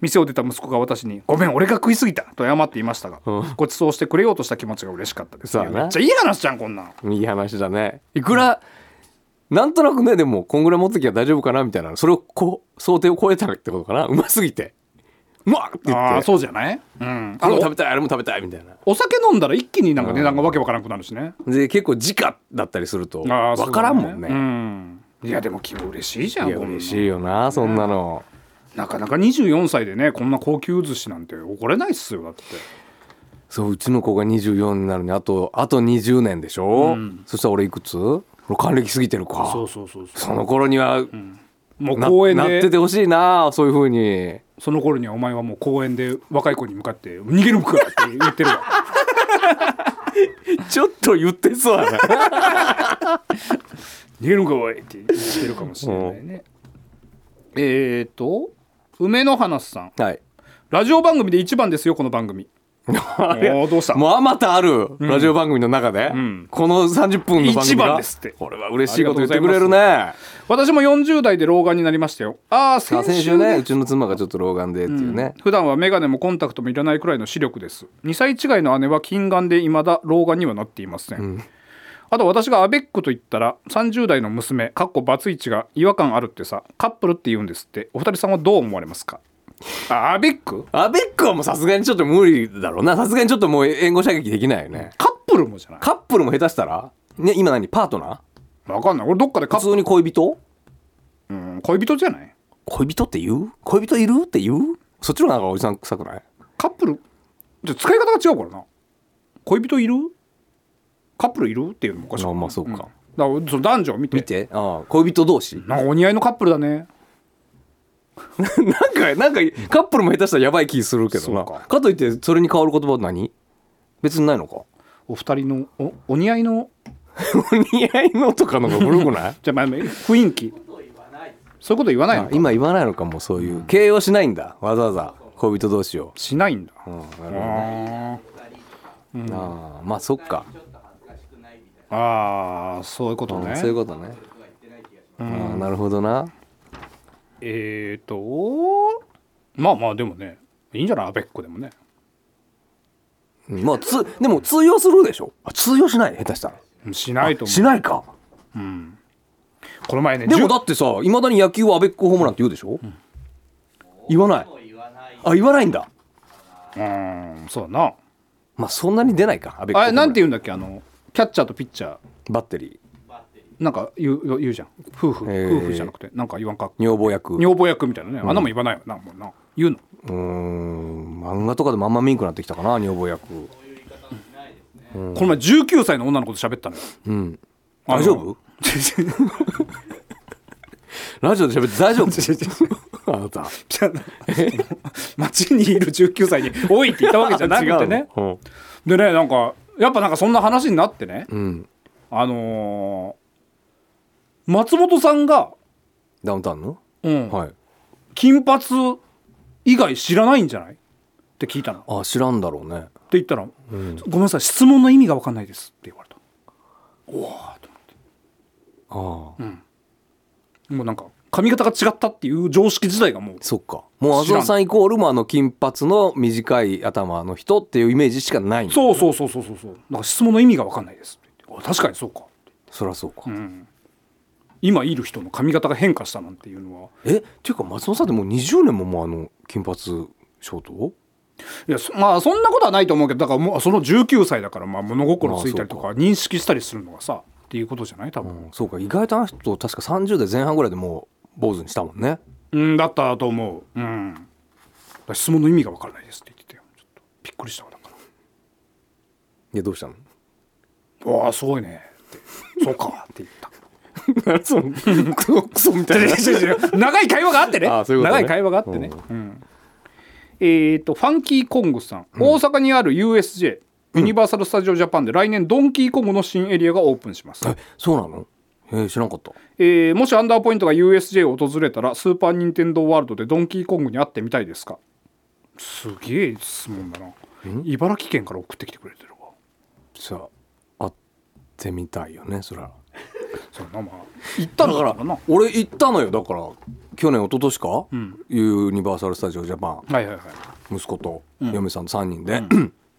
[SPEAKER 3] 店を出た息子が私に「ごめん俺が食いすぎた」と謝っていましたがご馳走してくれようとした気持ちが嬉しかったです
[SPEAKER 4] そうだな
[SPEAKER 3] めっちゃいい話じゃんこんなん
[SPEAKER 4] いい話だねいくら、なんとなくねでもこんぐらい持ってきゃ大丈夫かなみたいなそれをこう想定を超えたってことかなうますぎてうまっって言って
[SPEAKER 3] ああそうじゃない、うん、あ
[SPEAKER 4] あれも食
[SPEAKER 3] の
[SPEAKER 4] べたいあれも食べたいみたいな
[SPEAKER 3] お酒飲んだら一気になんか値段がわけわからなくなるしね
[SPEAKER 4] で結構直だったりすると
[SPEAKER 3] ああ
[SPEAKER 4] 分からんもん
[SPEAKER 3] そうだ
[SPEAKER 4] ね
[SPEAKER 3] うんいやでも気分嬉しいじゃん
[SPEAKER 4] いや
[SPEAKER 3] こんなの
[SPEAKER 4] 嬉しいよなそんなの
[SPEAKER 3] なかなか24歳でねこんな高級寿司なんて怒れないっすよだって
[SPEAKER 4] そううちの子が24になるにあとあと20年でしょ、そしたら俺いくつ俺還暦過ぎてるか
[SPEAKER 3] そうそう
[SPEAKER 4] その頃には
[SPEAKER 3] もう
[SPEAKER 4] な
[SPEAKER 3] 公園
[SPEAKER 4] なって
[SPEAKER 3] で
[SPEAKER 4] てほしいなそういうふうに
[SPEAKER 3] その頃にはお前はもう公園で若い子に向かって「逃げるか!」って言ってるわ
[SPEAKER 4] ちょっと言ってそうだな
[SPEAKER 3] 逃げるかおいって言ってるかもしれないね、えーと梅の花さん
[SPEAKER 4] はい
[SPEAKER 3] ラジオ番組で一番ですよこの番組あどうした
[SPEAKER 4] もう あまたあるラジオ番組の中で、
[SPEAKER 3] ん
[SPEAKER 4] この30分の番組が
[SPEAKER 3] 一番ですって
[SPEAKER 4] これは嬉しいこと言ってくれるね
[SPEAKER 3] 私も40代で老眼になりましたよああ先
[SPEAKER 4] 先
[SPEAKER 3] 週
[SPEAKER 4] 週
[SPEAKER 3] ね
[SPEAKER 4] ねうちの妻がちょっと老眼でっていうね、
[SPEAKER 3] 普段は眼鏡もコンタクトもいらないくらいの視力です2歳違いの姉は近眼で未だ老眼にはなっていません、あと私がアベックと言ったら30代の娘かっこバツイチが違和感あるってさカップルって言うんですってお二人さんはどう思われますかあアベック
[SPEAKER 4] アベックはもうさすがにちょっと無理だろうなさすがにちょっともう援護射撃できないよね
[SPEAKER 3] カップルもじゃない
[SPEAKER 4] カップルも下手したらね今何パートナ
[SPEAKER 3] わかんない俺どっかでカ
[SPEAKER 4] ー
[SPEAKER 3] ップ
[SPEAKER 4] 普通に恋人
[SPEAKER 3] ル、うん、恋人じゃない
[SPEAKER 4] 恋人って言う恋人いるって言うそっちの方がなんかおじさん臭くない
[SPEAKER 3] カップルじゃ使い方が違うからな恋人いるカップルいるっていうのもおかしくない
[SPEAKER 4] あまあそうか
[SPEAKER 3] んだからその男女を見て
[SPEAKER 4] 見てああ恋人同士な
[SPEAKER 3] なんかお似合いのカップルだね
[SPEAKER 4] んかなんかカップルも下手したらやばい気するけどな
[SPEAKER 3] そうか
[SPEAKER 4] かといってそれに変わる言葉は何別にないのか
[SPEAKER 3] お二人のおお似合いの
[SPEAKER 4] お 似合いのとかのが古くない
[SPEAKER 3] じゃあ、まあ、雰囲気そういうこと言わないの
[SPEAKER 4] あ今言わないのかもうそういう形容しないんだわざわざ恋人同士を、
[SPEAKER 3] しないんだ、
[SPEAKER 4] うん、なるほど
[SPEAKER 3] あ
[SPEAKER 4] ああまあそっか
[SPEAKER 3] ーあーそういうことね、
[SPEAKER 4] うんそういうことね。ああなるほどな。
[SPEAKER 3] えーとまあまあでもねいいんじゃないアベックでもね
[SPEAKER 4] うんまあつでも通用するでしょ。あ通用しない下手したら。
[SPEAKER 3] うんしないと思
[SPEAKER 4] しないか。
[SPEAKER 3] うこの前ね
[SPEAKER 4] で
[SPEAKER 3] じゅ
[SPEAKER 4] も
[SPEAKER 3] う
[SPEAKER 4] だってさ、いまだに野球はアベックホームランって言うでしょ。言わない。あ言わないんだ。
[SPEAKER 3] うんそうだな
[SPEAKER 4] まあそんなに出ないかアベックホ
[SPEAKER 3] あ
[SPEAKER 4] ーム
[SPEAKER 3] れ
[SPEAKER 4] ラン。
[SPEAKER 3] なんて言うんだっけあのキャッチャーとピッチャー
[SPEAKER 4] バッテリ
[SPEAKER 3] なんか言う言うじゃん夫婦、
[SPEAKER 4] えー
[SPEAKER 3] 夫婦じゃなくてなんか言わんか
[SPEAKER 4] ー。女房役。う
[SPEAKER 3] 女房役みたいなねあんなもん言わないよなもうな言うの
[SPEAKER 4] ーん漫画とかでもあんま見んくなってきたかな女房役。
[SPEAKER 3] この前19歳の女の子と喋ったのよ。
[SPEAKER 4] うん、
[SPEAKER 3] あの
[SPEAKER 4] 大丈夫 ラジオで喋って大 丈夫あなた
[SPEAKER 3] じゃあ 街にいる19歳に「おい!」って言ったわけじゃな くてね。
[SPEAKER 4] 違うの
[SPEAKER 3] でねなんかやっぱなんかそんな話になってね、
[SPEAKER 4] うん、うん、
[SPEAKER 3] あのー松本さんが、
[SPEAKER 4] ダウンタウンの、
[SPEAKER 3] うん
[SPEAKER 4] はい
[SPEAKER 3] 金髪以外知らないんじゃないって聞いたの。って
[SPEAKER 4] あ知らんだろうね
[SPEAKER 3] 言ったら、ごめんなさい質問の意味が分かんないです」って言われた。
[SPEAKER 4] ああ、
[SPEAKER 3] もうなんか髪型が違ったっていう常識自体がもう
[SPEAKER 4] そっかもうあ
[SPEAKER 3] 知
[SPEAKER 4] ぞ
[SPEAKER 3] らん
[SPEAKER 4] うさんイコールもあの金髪の短い頭の人っていうイメージしかないんだ
[SPEAKER 3] そうそうそうそうそうそうなんか質問の意味が分かんないですって言ってあ確かにそうかって
[SPEAKER 4] そりゃそうか、
[SPEAKER 3] 今いる人の髪型が変化したなんていうのは
[SPEAKER 4] えっていうか松本さんってもう20年ももうあの金髪ショート
[SPEAKER 3] いやそまあそんなことはないと思うけどだからもうその19歳だからまあ物心ついたりと
[SPEAKER 4] ま
[SPEAKER 3] か認識したりするのがさっていうことじゃない多分、
[SPEAKER 4] そうか意外とあの人確か30代前半ぐらいでもう坊主にしたもんね
[SPEAKER 3] うん、だったと思ううんだから質問の意味が分からないですって言ってたよちょっとびっくりしたわだから
[SPEAKER 4] いやどうしたの
[SPEAKER 3] 「わあすごいね」って「そうか」って言った。
[SPEAKER 4] クソクソみた
[SPEAKER 3] 違う違う違う長い会話があってね
[SPEAKER 4] あそういうことね
[SPEAKER 3] 長い会話があってね、うんえー、とファンキーコングさん、大阪にある USJ ユニバーサル・スタジオ・ジャパンで来年ドンキーコングの新エリアがオープンします、
[SPEAKER 4] えそうなのえー知らんかった
[SPEAKER 3] えーもしアンダーポイントが USJ を訪れたらスーパー・ニンテンドー・ワールドでドンキーコングに会ってみたいですかすげえ質問だな茨城県から送ってきてくれてるわ
[SPEAKER 4] じゃあ会ってみたいよねそりゃ
[SPEAKER 3] それなまあ行ったんだからなは
[SPEAKER 4] 俺行ったのよだから去年一昨年か、ユニバーサル・スタジオ・ジャパン
[SPEAKER 3] いはいはい
[SPEAKER 4] 息子と嫁さんと3人で、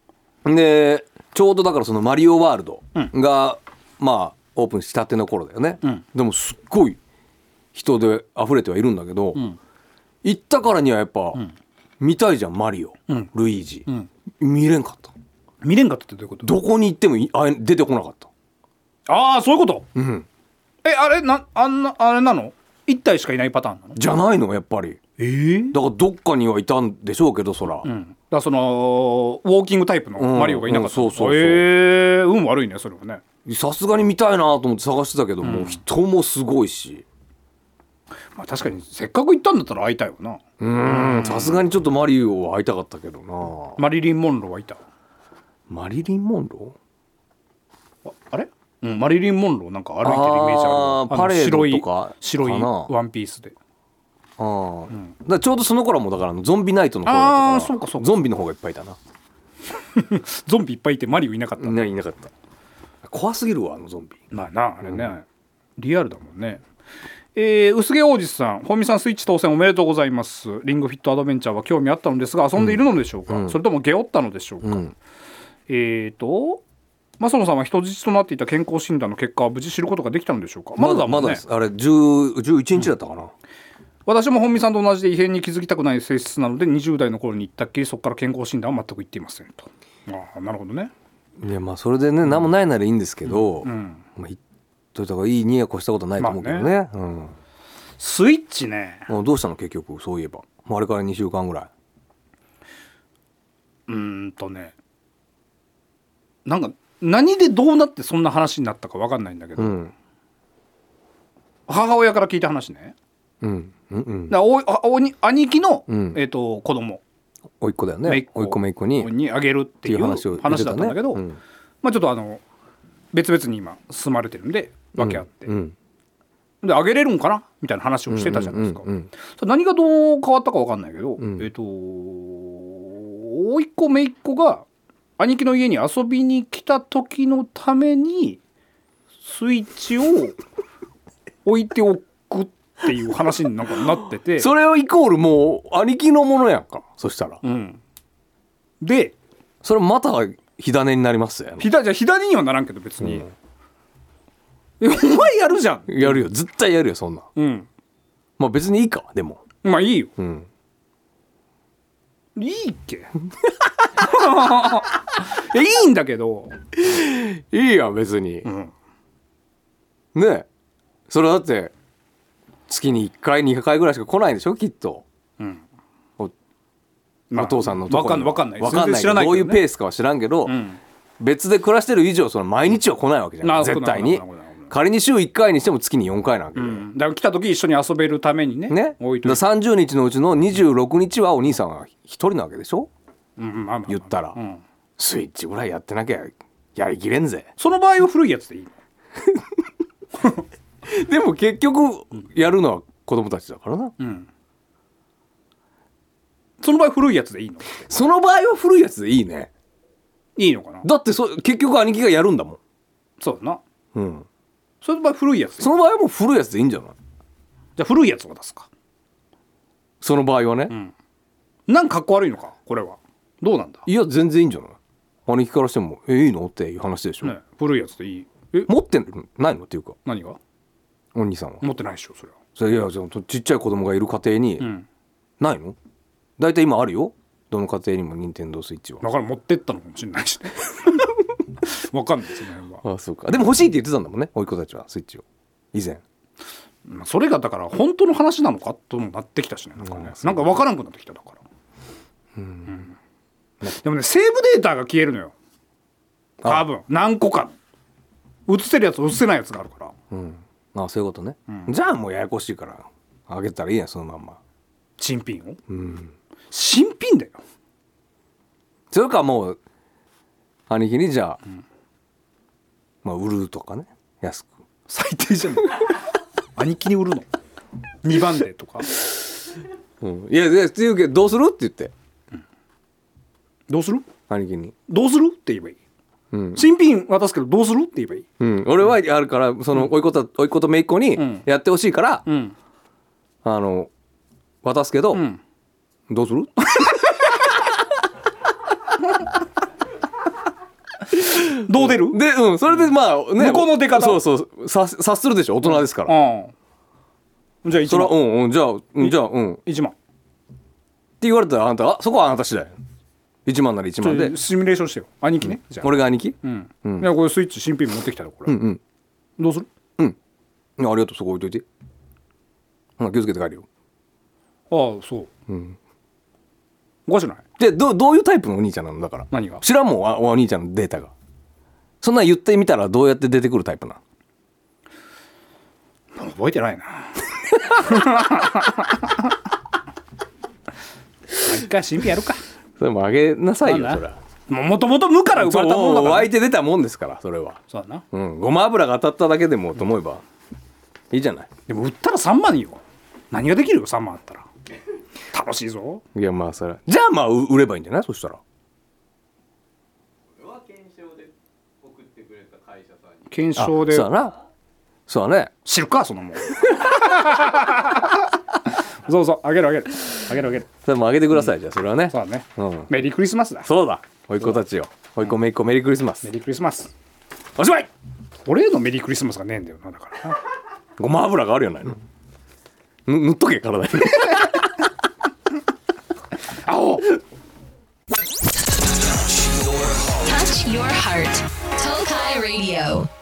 [SPEAKER 4] でちょうどだからその「マリオワールドが」まあオープンしたての頃だよね、
[SPEAKER 3] うん
[SPEAKER 4] でもすっごい人で溢れてはいるんだけど、
[SPEAKER 3] ん
[SPEAKER 4] 行ったからにはやっぱ、見たいじゃんマリオ、
[SPEAKER 3] うん
[SPEAKER 4] ルイージ、
[SPEAKER 3] ん
[SPEAKER 4] 見れんかった
[SPEAKER 3] 見れんかったってどういうこと
[SPEAKER 4] どこに行ってもいあ出てこなかった
[SPEAKER 3] ああそういうこと
[SPEAKER 4] うん
[SPEAKER 3] えあれなあんなあれなの一体しかいないパターンなの
[SPEAKER 4] じゃないのやっぱり
[SPEAKER 3] ええ
[SPEAKER 4] だからどっかにはいたんでしょうけどそら、
[SPEAKER 3] うん、だからそのウォーキングタイプのマリオがいなかった、
[SPEAKER 4] うんうんそうそうそう
[SPEAKER 3] えー運悪いねそれはね
[SPEAKER 4] さすがに見たいなと思って探してたけど、もう人もすごいし
[SPEAKER 3] まあ確かにせっかく行ったんだったら会いたいわな
[SPEAKER 4] うーんさすがにちょっとマリオは会いたかったけどな
[SPEAKER 3] マリリン・モンローはいた
[SPEAKER 4] マリリン・モンロ
[SPEAKER 3] ああれ、うん、マリリン・モンローなんか歩いてるイメージあるわ
[SPEAKER 4] あー
[SPEAKER 3] の
[SPEAKER 4] パレードとか
[SPEAKER 3] 白い
[SPEAKER 4] か
[SPEAKER 3] 白い
[SPEAKER 4] な
[SPEAKER 3] ワンピースで
[SPEAKER 4] ーあー、だからちょうどその頃はもうだからあのゾンビナイトの方だったから
[SPEAKER 3] あーそうかそうか
[SPEAKER 4] ゾンビの方がいっぱいいたな
[SPEAKER 3] ゾンビいっぱいいてマリオいなかった、
[SPEAKER 4] みんないなかった怖すぎるわあのゾンビ
[SPEAKER 3] まあなあれね、リアルだもんねえー、薄毛王子さん本見さんスイッチ当選おめでとうございますリングフィットアドベンチャーは興味あったのですが遊んでいるのでしょうか、それともゲオったのでしょうか、
[SPEAKER 4] うん
[SPEAKER 3] えー、と、マソノさんは人質となっていた健康診断の結果は無事知ることができたのでしょうかまだだも
[SPEAKER 4] ま
[SPEAKER 3] んね、
[SPEAKER 4] だですあれ10 11日だったかな、
[SPEAKER 3] 私も本見さんと同じで異変に気づきたくない性質なので20代の頃に行ったっきりそこから健康診断は全く行っていませんとああなるほどね
[SPEAKER 4] いやまあそれでね何もないならいいんですけど、
[SPEAKER 3] ん
[SPEAKER 4] まあ、言っといた方がいいにやこしたことはないと思うけどね,、
[SPEAKER 3] スイッチね
[SPEAKER 4] うん、どうしたの結局そういえばもうあれから2週間ぐらいう
[SPEAKER 3] ーんとねなんか何でどうなってそんな話になったか分かんないんだけど、
[SPEAKER 4] うん
[SPEAKER 3] 母親から聞いた話ね
[SPEAKER 4] うんうんうん
[SPEAKER 3] だおいあおに兄貴の、
[SPEAKER 4] うん
[SPEAKER 3] えー、と子供
[SPEAKER 4] おいっ子だよね
[SPEAKER 3] 姪っ子
[SPEAKER 4] おいっ子めいっ子に
[SPEAKER 3] にあげるっていう
[SPEAKER 4] っていう話を言って
[SPEAKER 3] 話
[SPEAKER 4] た
[SPEAKER 3] だっ
[SPEAKER 4] ね
[SPEAKER 3] たんだけど、
[SPEAKER 4] うん
[SPEAKER 3] まあ、ちょっとあの別々に今住まれてるんで分け合って、
[SPEAKER 4] うん
[SPEAKER 3] であげれるんかなみたいな話をしてたじゃないですか、
[SPEAKER 4] うんうんうん
[SPEAKER 3] それ何がどう変わったか分かんないけど、
[SPEAKER 4] ん
[SPEAKER 3] えっ、と甥っ子姪っ子が兄貴の家に遊びに来た時のためにスイッチを置いておくっていう話になんかなってて
[SPEAKER 4] それをイコールもう兄貴のものやんかそしたら、
[SPEAKER 3] うん、で
[SPEAKER 4] それまた火種になりますよ、
[SPEAKER 3] 左じゃ左にはならんけど別に、え お前やるじゃん、
[SPEAKER 4] やるよ絶対やるよそんなん
[SPEAKER 3] うん、
[SPEAKER 4] まあ別にいいかでも
[SPEAKER 3] まあいいよ
[SPEAKER 4] うん
[SPEAKER 3] いいっけ えいいんだけど、
[SPEAKER 4] いいやん別に、
[SPEAKER 3] ん
[SPEAKER 4] ねえそれだって月に1回2回ぐらいしか来ないでしょきっとお父さんのと
[SPEAKER 3] わ
[SPEAKER 4] こ
[SPEAKER 3] かんわかんない
[SPEAKER 4] わかんな
[SPEAKER 3] 全然
[SPEAKER 4] い
[SPEAKER 3] 知らないけど
[SPEAKER 4] ど
[SPEAKER 3] ね
[SPEAKER 4] ういうペースかは知らんけど、
[SPEAKER 3] ん
[SPEAKER 4] 別で暮らしてる以上その毎日は来ないわけじゃ
[SPEAKER 3] な
[SPEAKER 4] ない
[SPEAKER 3] るほど
[SPEAKER 4] 絶対に
[SPEAKER 3] なるほどなるほど
[SPEAKER 4] 仮に週1回にしても月に4回なわけ
[SPEAKER 3] う
[SPEAKER 4] で、
[SPEAKER 3] ん、だから来た時一緒に遊べるためにね
[SPEAKER 4] ね
[SPEAKER 3] 置いと
[SPEAKER 4] だ
[SPEAKER 3] いて、
[SPEAKER 4] から30日のうちの26日はお兄さんは一人なわけでしょ
[SPEAKER 3] うんまあまあまあ
[SPEAKER 4] 言ったら、
[SPEAKER 3] うん
[SPEAKER 4] スイッチぐらいやってなきゃやりきれんぜ
[SPEAKER 3] その場合は古いやつでいいの
[SPEAKER 4] でも結局やるのは子供たちだからな、
[SPEAKER 3] その場合古いやつでいいの
[SPEAKER 4] その場合は古いやつでいいね
[SPEAKER 3] いいのかな
[SPEAKER 4] だってそ結局兄貴がやるんだもん
[SPEAKER 3] そうだな
[SPEAKER 4] うん、
[SPEAKER 3] その場合古いやつでいい
[SPEAKER 4] その場合はもう古いやつでいいんじゃない
[SPEAKER 3] じゃあ古いやつを出すか
[SPEAKER 4] その場合はね、
[SPEAKER 3] なんかかっこ悪いのかこれはどうなんだ、
[SPEAKER 4] いや全然いいんじゃない兄貴からしても「えいいの?」っていう話でしょ、
[SPEAKER 3] ね、古いやつでいいえ
[SPEAKER 4] 持ってないのっていうか
[SPEAKER 3] 何が
[SPEAKER 4] お兄さんは
[SPEAKER 3] 持ってないでしょそれは
[SPEAKER 4] それいやじゃあちっちゃい子供がいる家庭に「
[SPEAKER 3] ん
[SPEAKER 4] ないの?」大体今あるよどの家庭にも任天堂スイッチは
[SPEAKER 3] だから持ってったのかもしれないしね わかんないその辺は、
[SPEAKER 4] あそうかでも欲しいって言ってたんだもんね甥っ子たちはスイッチを以前
[SPEAKER 3] まあ、それがだから本当の話なのかともなってきたしねなんかねなんかわからんくなってきただからうん、でもねセーブデータが消えるのよ多分何個か映せるやつ映せないやつがあるから
[SPEAKER 4] あそういうことね、じゃあもうややこしいからあげたらいいやんそのまんま
[SPEAKER 3] 新品を、新品だよ
[SPEAKER 4] それかもう兄貴にじゃあ、まあ売るとかね安く
[SPEAKER 3] 最低じゃん 兄貴に売るの2番でとか
[SPEAKER 4] うん、いやいやって言うけどどうするって言って
[SPEAKER 3] どうする
[SPEAKER 4] 兄貴に、
[SPEAKER 3] どうするって言えばいい、
[SPEAKER 4] うん
[SPEAKER 3] 新品渡すけどどうするって言えばいい、
[SPEAKER 4] うん、俺はあるからその甥っ子と甥っ子と姪っ子に
[SPEAKER 3] ん
[SPEAKER 4] やってほしいから、
[SPEAKER 3] ん
[SPEAKER 4] あの渡すけど、
[SPEAKER 3] ん
[SPEAKER 4] どうする
[SPEAKER 3] どう出る、うん
[SPEAKER 4] で、うん、それでまあ、ね、
[SPEAKER 3] 向こうの出方
[SPEAKER 4] そうそうさ察するでしょ大人ですから、
[SPEAKER 3] じゃあ1
[SPEAKER 4] それはう
[SPEAKER 3] 万
[SPEAKER 4] んうんじゃあ、うん、じゃあうんって
[SPEAKER 3] 1万
[SPEAKER 4] 言われたらあんたあそこはあなた次第1万なら1
[SPEAKER 3] ちょ
[SPEAKER 4] 万
[SPEAKER 3] っ
[SPEAKER 4] で
[SPEAKER 3] とシミュレーションしてよ兄貴ね、じゃあ
[SPEAKER 4] 俺が兄貴、
[SPEAKER 3] うん、いやこれスイッチ新品持ってきたよこれ、
[SPEAKER 4] うん
[SPEAKER 3] どうする
[SPEAKER 4] いやありがとうそこ置いといてほな気をつけて帰るよ
[SPEAKER 3] ああそう、おかしくない
[SPEAKER 4] でどうどういうタイプのお兄ちゃんなのだから
[SPEAKER 3] 何が
[SPEAKER 4] 知らんもんあお兄ちゃんのデータがそんなん言ってみたらどうやって出てくるタイプな
[SPEAKER 3] 覚えてないな一回新品やるか
[SPEAKER 4] それもあげなさいよ
[SPEAKER 3] まあな
[SPEAKER 4] それは
[SPEAKER 3] もともと無から生まれたものだ
[SPEAKER 4] そう
[SPEAKER 3] から
[SPEAKER 4] 湧いて出たもんですからそれは
[SPEAKER 3] そうだな
[SPEAKER 4] うんごま油が当たっただけでもと思えばいいじゃない
[SPEAKER 3] でも売ったら3万よ何ができるよ3万あったら楽しいぞ
[SPEAKER 4] いやまあそれはじゃあまあう売ればいいんじゃないそしたら
[SPEAKER 3] 検証で
[SPEAKER 4] そうだなそうだね
[SPEAKER 3] 知るかそのもん そうそうあげるあげるあげるあげる
[SPEAKER 4] それもあげてください、じゃあそれはね
[SPEAKER 3] そうだね、
[SPEAKER 4] うん
[SPEAKER 3] メリークリスマスだ
[SPEAKER 4] そうだおいっ子たちよおいっ子めいっ子メリークリスマス
[SPEAKER 3] メリークリスマスおしまい俺へのメリークリスマスがねえんだよなだからな
[SPEAKER 4] ごま油があるやないのぬ塗っとけ体に
[SPEAKER 2] Touch your heart. Tokai Radio.